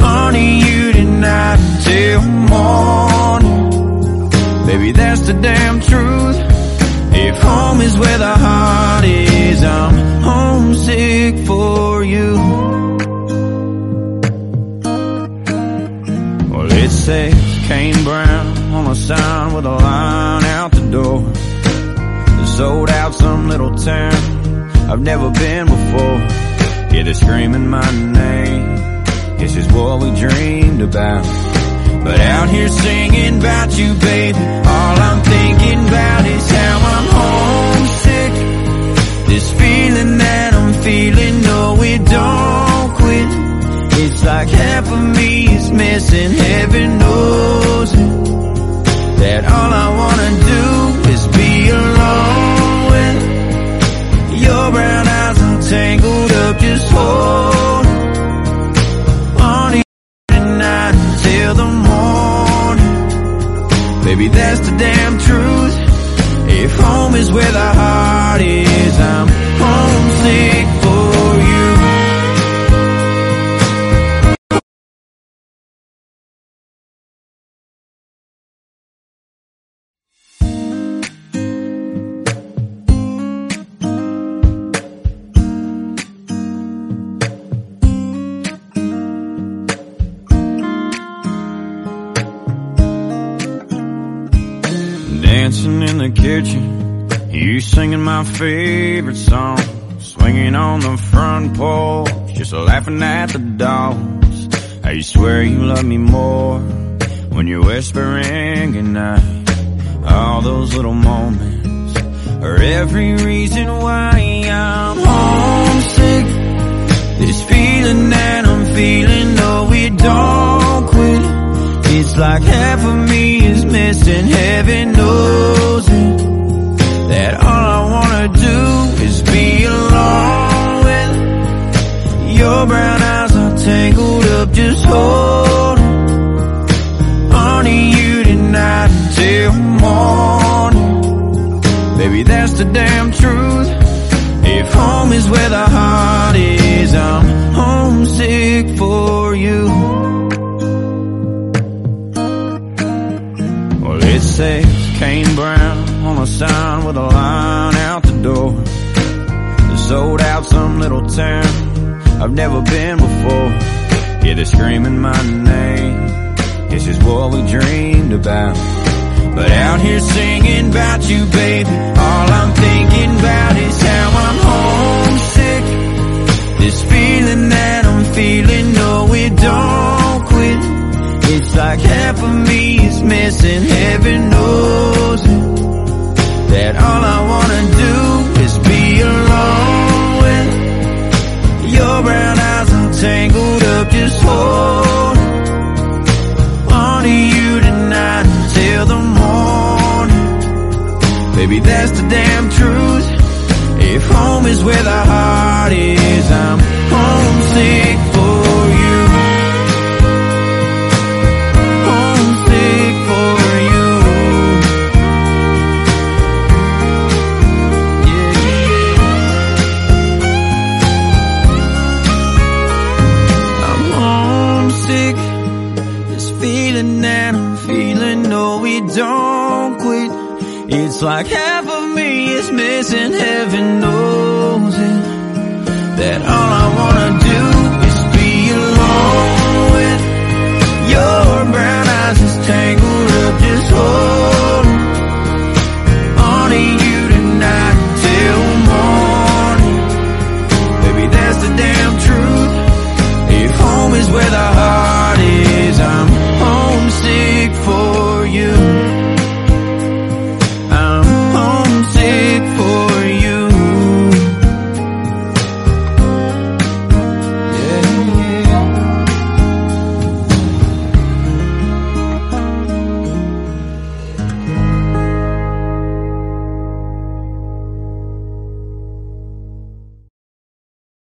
on to you tonight until morning. Baby, that's the damn truth. If home is where the heart is, I'm homesick for you. Well, it says Kane Brown on a sign with a line out the door. Sold out some little town I've never been before. Yeah, they're screaming my name. This is what we dreamed about. But out here singing about you, baby, all I'm thinking about is how I'm homesick. This feeling that I'm feeling, no, it don't quit. It's like half of me is missing, heaven knows it. That all I wanna do is be alone with your brown eyes all tangled up, just hold on to you tonight until the morning. Baby, that's the damn truth. If home is where the heart is, I'm homesick for you. Dancing in the kitchen, you singing my favorite song. Swinging on the front porch, just laughing at the dogs. How you swear you love me more when you're whispering goodnight. All those little moments are every reason why I'm homesick. This feeling that I'm feeling, no, it don't quit. It's like half of me is missing, heaven knows it. That all I wanna do is be alone with your brown eyes all tangled up, just holding on to you tonight until morning. Baby, that's the damn truth. If home is where the heart is, I'm homesick for you. Well, it says Kane Brown on a sign with a line out the door. They sold out some little town I've never been before. Yeah, they're screaming my name. This is what we dreamed about. But out here singing about you, baby, all I'm thinking about is how I'm homesick. This feeling that I'm feeling, no, it don't quit. It's like half of me is missing, heaven knows it. That all I wanna do is be alone with your brown eyes all tangled up, just hold on to you tonight until the morning. Baby, that's the damn truth. If home is where the heart is, I'm homesick for you homesick for you. Yeah. I'm homesick. This feeling that I'm feeling, no, we don't quit. It's like half of me is missing, heaven knows it. That all I wanna